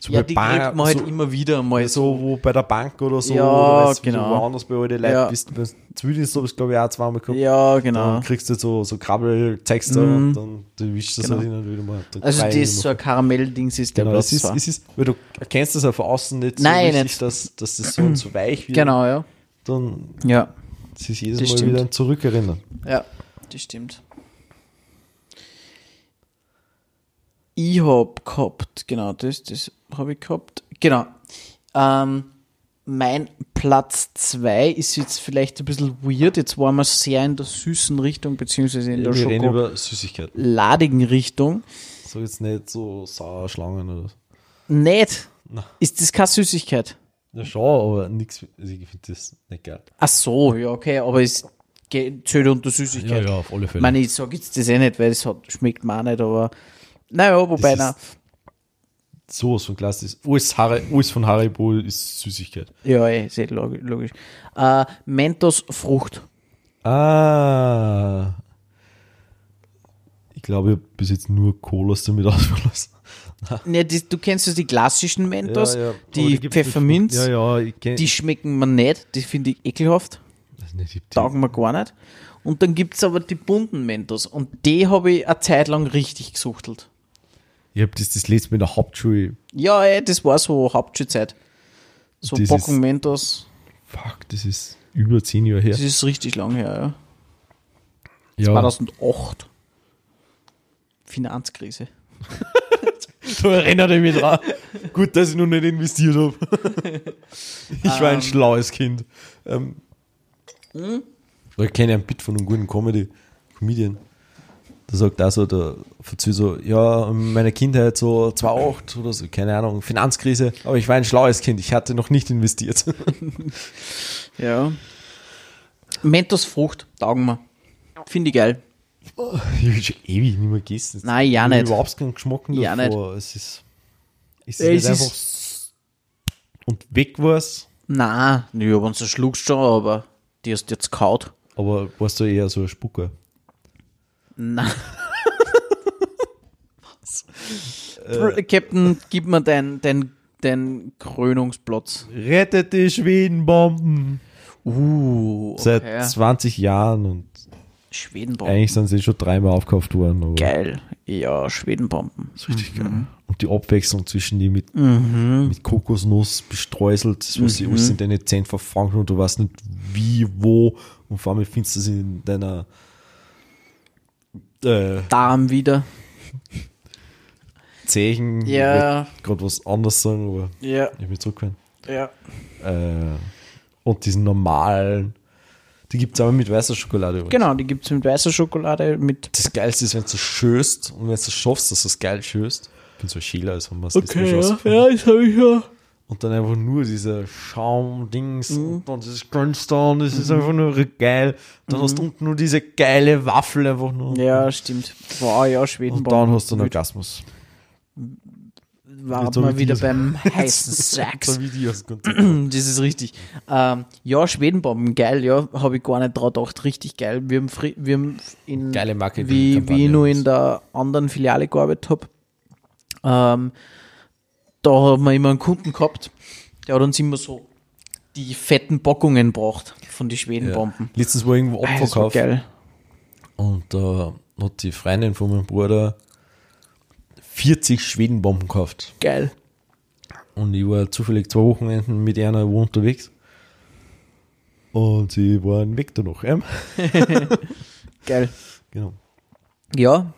B: So
A: ja,
B: bei
A: die
B: Bank-
A: kriegt man halt
B: so,
A: immer wieder mal so.
B: so wo bei der Bank oder so,
A: Ja,
B: oder weißt du,
A: genau.
B: so woanders bei alten Leuten
A: Ja.
B: bist, beim Zwiebeldienst habe ich glaube ich auch zweimal gehabt.
A: Ja,
B: Dann
A: genau.
B: kriegst du so, so Krabbeltexte
A: Mhm.
B: und dann du wischst das
A: Genau.
B: halt hin und wieder mal. Da
A: Also
B: rein
A: das ist so
B: immer.
A: ein Karamell-Dings ist der
B: genau,
A: Platz
B: es ist,
A: zwar.
B: es ist, weil du erkennst das ja von außen nicht so
A: Nein,
B: richtig,
A: nicht.
B: Dass, dass das so und so weich wird.
A: Genau, ja.
B: Dann
A: Ja.
B: sich jedes
A: Das
B: Mal
A: stimmt.
B: wieder an zurückerinnern.
A: Ja, das stimmt. Ich hab gehabt, genau, das, das habe ich gehabt. Genau. Ähm, mein Platz 2 ist jetzt vielleicht ein bisschen weird. Jetzt waren wir sehr in der süßen Richtung, beziehungsweise in der
B: Wir reden
A: schokoladigen
B: über Süßigkeiten.
A: Richtung.
B: So jetzt nicht so sauer Schlangen oder so.
A: Nicht.
B: Na.
A: Ist das keine Süßigkeit?
B: Na schon, aber nichts. Also ich finde das nicht geil.
A: Ach so, ja, okay, aber es geht- zählt unter Süßigkeit.
B: auf alle
A: Ich
B: Fälle.
A: meine, ich sage jetzt das eh nicht, weil es hat, schmeckt mir auch nicht, aber naja, wobei,
B: ist-
A: na,
B: Sowas von Glas ist. Alles, Harry, alles von Haribo ist Süßigkeit.
A: ja, eh, ist eh log- logisch. Äh, Mentos Frucht.
B: Ah. Ich glaube, ich habe bis jetzt nur Colas damit ausgelassen.
A: Ne, die, du kennst ja die klassischen Mentos, die Pfefferminz,
B: Ja, ja, ich kenne.
A: die schmecken mir nicht, die finde ich ekelhaft, taugen mir gar nicht. Und dann gibt es aber die bunten Mentos und die habe ich eine Zeit lang richtig gesuchtelt.
B: Ich habe das, das letzte Mal in der Hauptschule.
A: Ja, ey, das war so Hauptschulzeit. So
B: Das
A: Packung
B: ist-
A: Mentos,
B: Fuck, das ist über zehn Jahre her.
A: das ist richtig lang her, ja.
B: Ja,
A: 2008. Finanzkrise.
B: so erinnert er mich dran. Gut, dass ich noch nicht investiert habe. ich war ein schlaues Kind. Ähm, Hm? Ich kenne einen Bit von einem guten Comedy Comedian. Da sagt auch so, der verzieht so, ja, in meiner Kindheit so 2,8 oder so, keine Ahnung, Finanzkrise, aber ich war ein schlaues Kind, ich hatte noch nicht investiert.
A: Ja. Mentos Frucht, taugen wir. Finde ich geil.
B: ich habe schon ewig nicht mehr gegessen.
A: Nein, ja
B: Ich hab
A: nicht.
B: überhaupt keinen Geschmack davor.
A: Ja,
B: Es ist, es ist
A: Es
B: nicht
A: ist-
B: einfach s- und weg war's,
A: Na, nö, wenn du schluckst schon, aber die hast jetzt kaut.
B: aber warst du eher so ein Spucker.
A: Na. Was? Captain, gib mir deinen dein, dein Krönungsplatz.
B: Rettet die Schwedenbomben.
A: Uh, okay.
B: Seit 20 Jahren und
A: Schwedenbomben.
B: eigentlich sind sie schon dreimal aufgekauft worden. Aber
A: Geil. Mhm. Ja, Schwedenbomben.
B: ist richtig geil. Und die Abwechslung zwischen die mit,
A: Mhm.
B: mit Kokosnuss bestreuselt, das, was sie alles in deine Zähne verfangen und du weißt nicht wie, wo und vor allem findest du es in deiner äh,
A: Darm wieder.
B: Zehen.
A: Ja.
B: Gerade was anderes sagen, aber
A: Ja,
B: ich will zurückhören.
A: ja.
B: Äh, und diesen normalen, die gibt es aber mit weißer Schokolade. übrigens.
A: Genau, die gibt es mit weißer Schokolade, mit
B: das Geilste ist, wenn du schöst und wenn du schaffst, dass du es geil schöst. Ich bin so ein Schäler, also haben wir es
A: Okay, ja,
B: rausgefunden.
A: ja, das habe ich ja.
B: Und dann einfach nur diese Schaum-Dings
A: Mhm.
B: und dann dieses Grünster und es ist einfach nur geil. Dann hast du unten nur diese geile Waffel einfach nur.
A: Mhm. Ja, stimmt. Wow, ja,
B: Und
A: Schwedenbomben.
B: dann hast du einen Orgasmus.
A: waren
B: Jetzt hab
A: wir
B: ich
A: wieder
B: diese-
A: beim heißen Sex. Mhm.
B: So wie die aus dem Konzept.
A: Das ist richtig. Ähm, ja, Schwedenbomben, geil, ja, habe ich gar nicht dran gedacht, richtig geil. Wir haben, fri- wir haben in,
B: Geile Marketing-
A: wie, wie
B: Kampagne.
A: ich nur in der anderen Filiale gearbeitet habe, ähm, da haben wir immer einen Kunden gehabt, der hat uns immer so die fetten Packungen braucht von den Schwedenbomben.
B: Letztens war irgendwo
A: Ey, Das war
B: Abverkauf
A: geil.
B: und da hat die Freundin von meinem Bruder 40 Schwedenbomben gekauft.
A: Geil.
B: Und ich war zufällig zwei Wochenenden mit einer wo unterwegs. Und sie waren weg danach. Ähm?
A: Geil.
B: Genau.
A: Ja,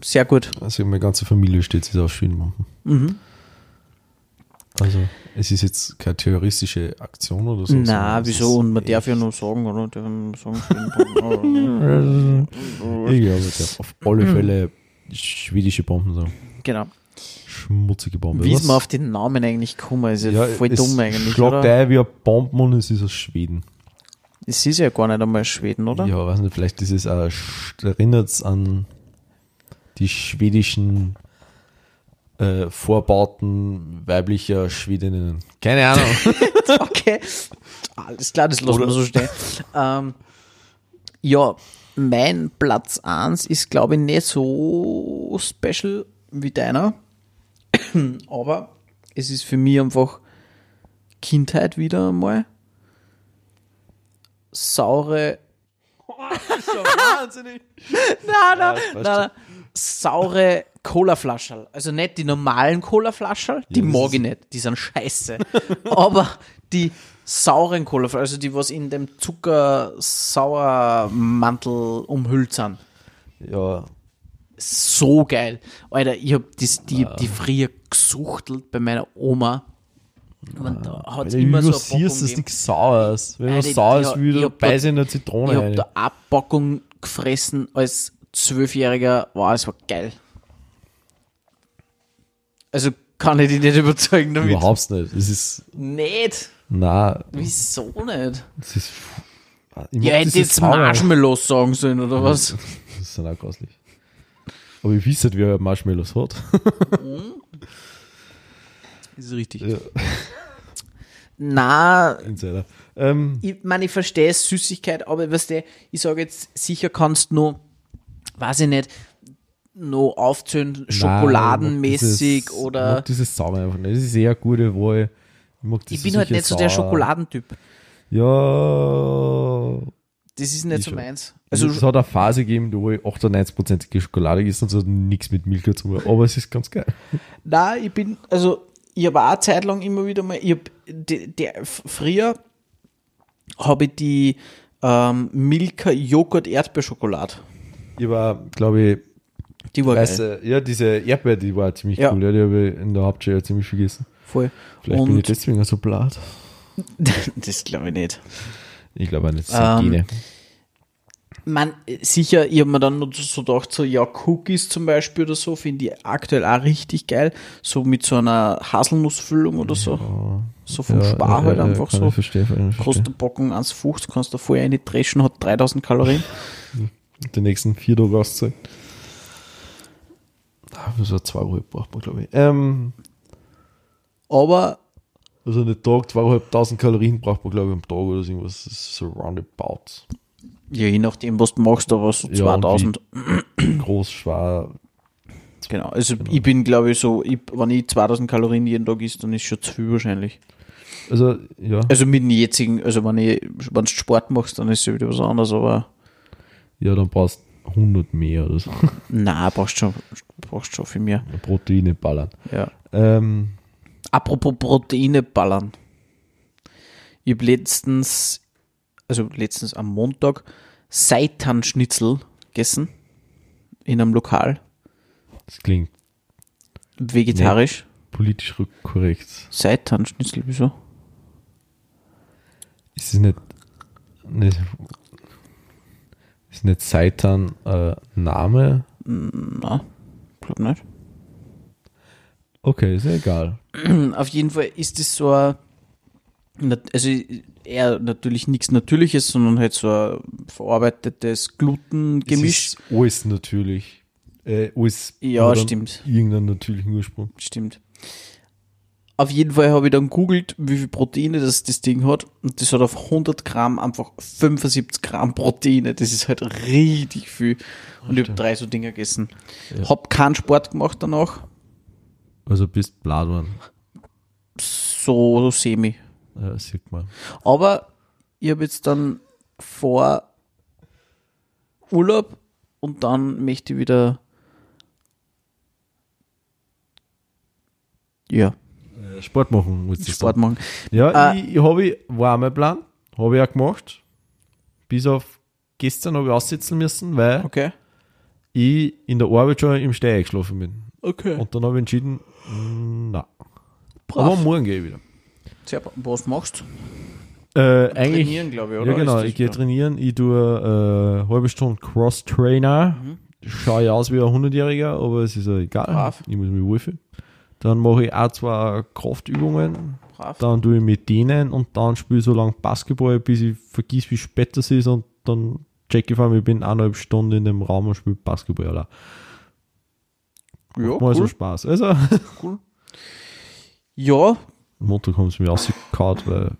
A: sehr gut.
B: Also meine ganze Familie steht jetzt auf Schwedenbomben.
A: Mhm.
B: Also es ist jetzt keine terroristische Aktion oder so.
A: Na,
B: sondern es
A: wieso?
B: ist-
A: Und man darf ja nur sagen, oder? Darf man sagen, Schwedenbomben.
B: Ich glaube, ich darf auf
A: Mhm.
B: alle Fälle schwedische Bomben sagen.
A: Genau.
B: Schmutzige Bombe.
A: Wie ist
B: Was?
A: man auf den Namen eigentlich gekommen? Ist ja,
B: ja,
A: voll
B: es
A: dumm eigentlich,
B: Schlagt
A: oder?
B: ein wie ein Bomben und es ist aus Schweden.
A: Es ist ja gar nicht einmal Schweden, oder?
B: Ja, weiß nicht, vielleicht ist es auch, erinnert es an die schwedischen äh, Vorbauten weiblicher Schwedinnen. Keine Ahnung.
A: Okay. Alles klar, das lassen
B: Oder-
A: wir so stehen. ähm, ja, mein Platz 1 ist, glaube ich, nicht so special wie deiner. Aber es ist für mich einfach Kindheit wieder einmal. Saure,
B: Das ist schon wahnsinnig.
A: nein, nein,
B: das passt
A: nein, nein. saure Colaflaschen. Also nicht die normalen Colaflaschen, die
B: Ja, das
A: mag
B: ist-
A: ich nicht, die sind scheiße. Aber die sauren Colaflaschen, also die, was in dem Zuckersauermantel umhüllt sind.
B: Ja,
A: so geil. Alter, ich hab das, die, die früher gesuchtelt bei meiner Oma. Und da hat's
B: wenn Ah, du
A: immer so eine
B: übersierst,
A: Packung
B: dass
A: gegeben.
B: nichts sauer ist. Wenn
A: Nein,
B: was
A: die-
B: sauer ist,
A: ja,
B: will,
A: ich
B: dann
A: hab da-
B: beiß ich eine
A: Ich
B: Zitrone
A: habe
B: rein.
A: da eine Packung gefressen als Zwölfjähriger. Wow, es war geil. Also kann ich dich nicht überzeugen damit.
B: Überhaupt nicht. Es ist,
A: Nicht.
B: na,
A: Wieso nicht?
B: es ist. Ich
A: Ja,
B: mag
A: hätte
B: das
A: jetzt
B: Sauer.
A: Marshmallows sagen sollen oder was?
B: Das ist dann auch grauslich. Aber ich weiß nicht, wie er Marshmallows hat.
A: Ist richtig.
B: Ja,
A: Na,
B: Insider. Ähm,
A: ich meine, ich verstehe Süßigkeit, aber weißt du, ich sage jetzt, sicher kannst du noch, weiß ich nicht, noch aufzählen, schokoladenmäßig
B: Nein, Ich
A: oder.
B: mag dieses Sauer einfach nicht. Das ist eher eine gute Wahl. Ich, mag
A: Ich
B: dieses
A: bin halt
B: sicher
A: nicht so der
B: Sauer.
A: Schokoladentyp.
B: Ja.
A: Das ist nicht
B: Ich
A: so
B: schon.
A: meins.
B: Also,
A: Also,
B: es hat eine Phase gegeben, da wo ich 98%ige Schokolade gegessen habe, und es hat nichts mit Milka zu tun, aber es ist ganz geil.
A: nein, ich bin, also, ich habe auch eine Zeit lang immer wieder mal, ich hab, der, der, f- früher habe ich die ähm, Milka Joghurt Erdbeerschokolade.
B: Ich war, glaube ich,
A: Die war
B: weißt
A: geil.
B: du, ja, diese Erdbeere, die war ziemlich
A: Ja.
B: cool, ja, die habe ich in der Hauptschule ja ziemlich viel gegessen.
A: Voll.
B: Vielleicht bin ich
A: Und
B: deswegen so blatt.
A: das glaube ich nicht.
B: Ich glaube auch nicht, das
A: Ähm,
B: sind Gene.
A: Man, sicher, ich habe mir dann noch so gedacht, so, ja, Cookies zum Beispiel oder so, finde ich aktuell auch richtig geil. So mit so einer Haselnussfüllung oder so. So vom Spar halt einfach
B: kann
A: so.
B: Ich verstehen, kann ich verstehen.
A: Kostet eine Packung 1,50, kannst du vorher eine dreschen, hat 3000 Kalorien.
B: Die nächsten vier Tage auszahlen. Ah, So zwei Uhr braucht man, glaube ich. Ähm,
A: Aber
B: also einen Tag, zweieinhalbtausend Kalorien braucht man, glaube ich, am Tag oder so irgendwas. Das ist so roundabout.
A: ja, je nachdem, was du machst, aber so
B: Ja, und
A: 2000.
B: Groß, schwer.
A: genau. Also ich bin, glaube ich, so, ich, wenn ich 2000 Kalorien jeden Tag isst, dann ist schon zu viel wahrscheinlich.
B: Also, ja.
A: Also mit dem jetzigen, also wenn ich, wenn du Sport machst, dann ist es ja wieder was anderes, aber
B: Ja, dann brauchst du 100 mehr oder so.
A: nein, brauchst schon, brauchst schon viel mehr.
B: Proteine ballern.
A: Ja.
B: Ähm,
A: Apropos Proteine ballern. Ich habe letztens, also letztens am Montag, Seitan-Schnitzel gegessen. In einem Lokal.
B: das klingt
A: Vegetarisch.
B: politisch rück- korrekt.
A: Seitan-Schnitzel, wieso?
B: Ist es nicht. nicht ist nicht Seitan äh, Name?
A: Na, Hm, glaub nicht.
B: Okay, ist ja egal.
A: Auf jeden Fall ist es so ein, nat- also eher natürlich nichts Natürliches, sondern halt so ein verarbeitetes Gluten-Gemisch.
B: Es ist alles natürlich. Äh, alles
A: Ja,
B: hat einen-
A: stimmt.
B: Irgendeinen natürlichen Ursprung.
A: Stimmt. Auf jeden Fall habe ich dann googelt, wie viel Proteine das, das Ding hat. Und das hat auf 100 Gramm einfach 75 Gramm Proteine. Das ist halt richtig viel. Und ich habe drei so Dinger gegessen.
B: Ja.
A: Hab keinen Sport gemacht danach.
B: Also bist Bladwan.
A: So semi.
B: Ja, äh, sieht man.
A: Aber ich habe jetzt dann vor Urlaub und dann möchte ich wieder. Ja,
B: Äh, Sport machen muss ich
A: Sport machen.
B: sagen. Ja,
A: Äh,
B: ich, ich habe, war auch mein Plan. Habe ich auch gemacht. Bis auf gestern habe ich aussitzen müssen, weil
A: Okay.
B: ich in der Arbeit schon im Steh eingeschlafen bin.
A: Okay.
B: Und dann habe ich entschieden, mm, na. Aber
A: Brav.
B: morgen gehe ich wieder.
A: Sehr bra- Was machst du?
B: Äh, eigentlich,
A: Trainieren, glaube ich, oder?
B: ja genau,
A: Ist das
B: ich gehe
A: so?
B: trainieren, ich tue äh, halbe Stunde Cross-Trainer,
A: Mhm.
B: schaue ich aus wie ein 100-Jähriger, aber es ist ja egal,
A: Brav.
B: ich muss mich wohlfühlen. Dann mache ich auch zwei Kraftübungen,
A: Brav.
B: dann tue ich mit denen und dann spiele ich so lange Basketball, bis ich vergiss, wie spät das ist und dann check ich vor allem, ich bin eineinhalb Stunden in dem Raum und spiele Basketball. Alter.
A: Ja,
B: Macht mal so
A: cool,
B: Spaß. Also,
A: cool. Ja,
B: Montag haben sie mich rausgekaut, weil,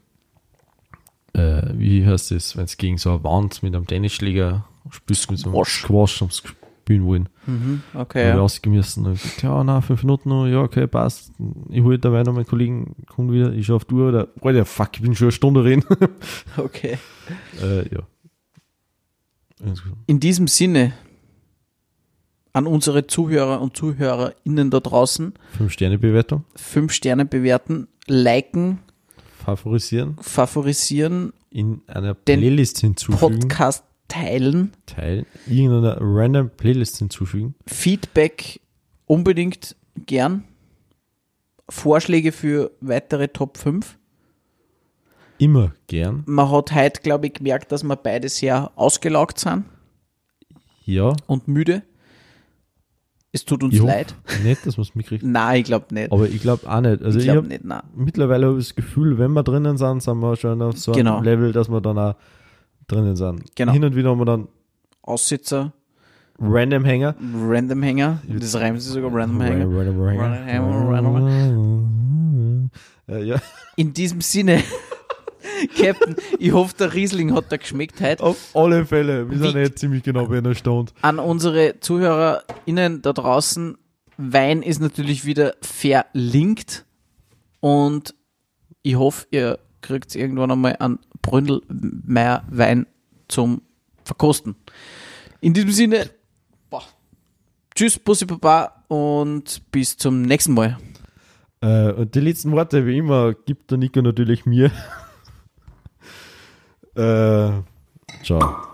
B: äh, wie heißt das, wenn es gegen so eine Wand mit einem Tennisschläger spielst, mit so einem
A: Squash.
B: Squash haben sie gespielt. spielen wollen.
A: Mhm, Okay,
B: Habe ich
A: ja.
B: ausgemessen. Hab gesagt, ja, na, fünf Minuten noch, ja, okay, passt. Ich hole dabei noch meinen Kollegen, kommt wieder, ich schaue auf die Uhr, oder, Alter, fuck, ich bin schon eine Stunde reden.
A: okay.
B: äh, ja. Insgesamt.
A: In diesem Sinne an unsere Zuhörer und ZuhörerInnen da draußen,
B: Fünf-Sterne-Bewertung,
A: fünf Sterne bewerten, liken,
B: favorisieren,
A: favorisieren,
B: in einer
A: Den
B: Playlist hinzufügen,
A: Podcast teilen,
B: teilen, irgendeiner random Playlist hinzufügen,
A: Feedback unbedingt gern, Vorschläge für weitere Top 5.
B: immer gern.
A: Man hat heute, glaube ich, gemerkt, dass wir beide sehr ausgelaugt sind
B: Ja,
A: und müde. Es tut uns
B: ich
A: leid.
B: hoffe nicht, dass man es mitkriegt.
A: Nein, ich glaube nicht.
B: Aber ich glaube auch nicht. Also
A: ich
B: ich, hab
A: glaube nicht, nein.
B: mittlerweile habe ich das Gefühl, wenn wir drinnen sind, sind wir schon auf so einem
A: Genau.
B: Level, dass wir dann auch drinnen sind.
A: Genau.
B: Hin und wieder haben wir dann
A: Aussitzer,
B: Random Hänger.
A: Random Hänger, das reimt sich sogar Random Hänger.
B: Random
A: Random Hänger, Random
B: Äh, ja.
A: In diesem Sinne, Captain, ich hoffe, der Riesling hat da geschmeckt heute.
B: Auf alle Fälle. Wir sind
A: Wie-
B: jetzt ziemlich genau bei einer Stunde.
A: An unsere ZuhörerInnen da draußen, Wein ist natürlich wieder verlinkt und ich hoffe, ihr kriegt irgendwann einmal einen Brünnelmeier Wein zum Verkosten. In diesem Sinne, boah. tschüss, Bussi Papa und bis zum nächsten Mal.
B: Äh, und die letzten Worte, wie immer, gibt der Nico natürlich mir. äh, ciao.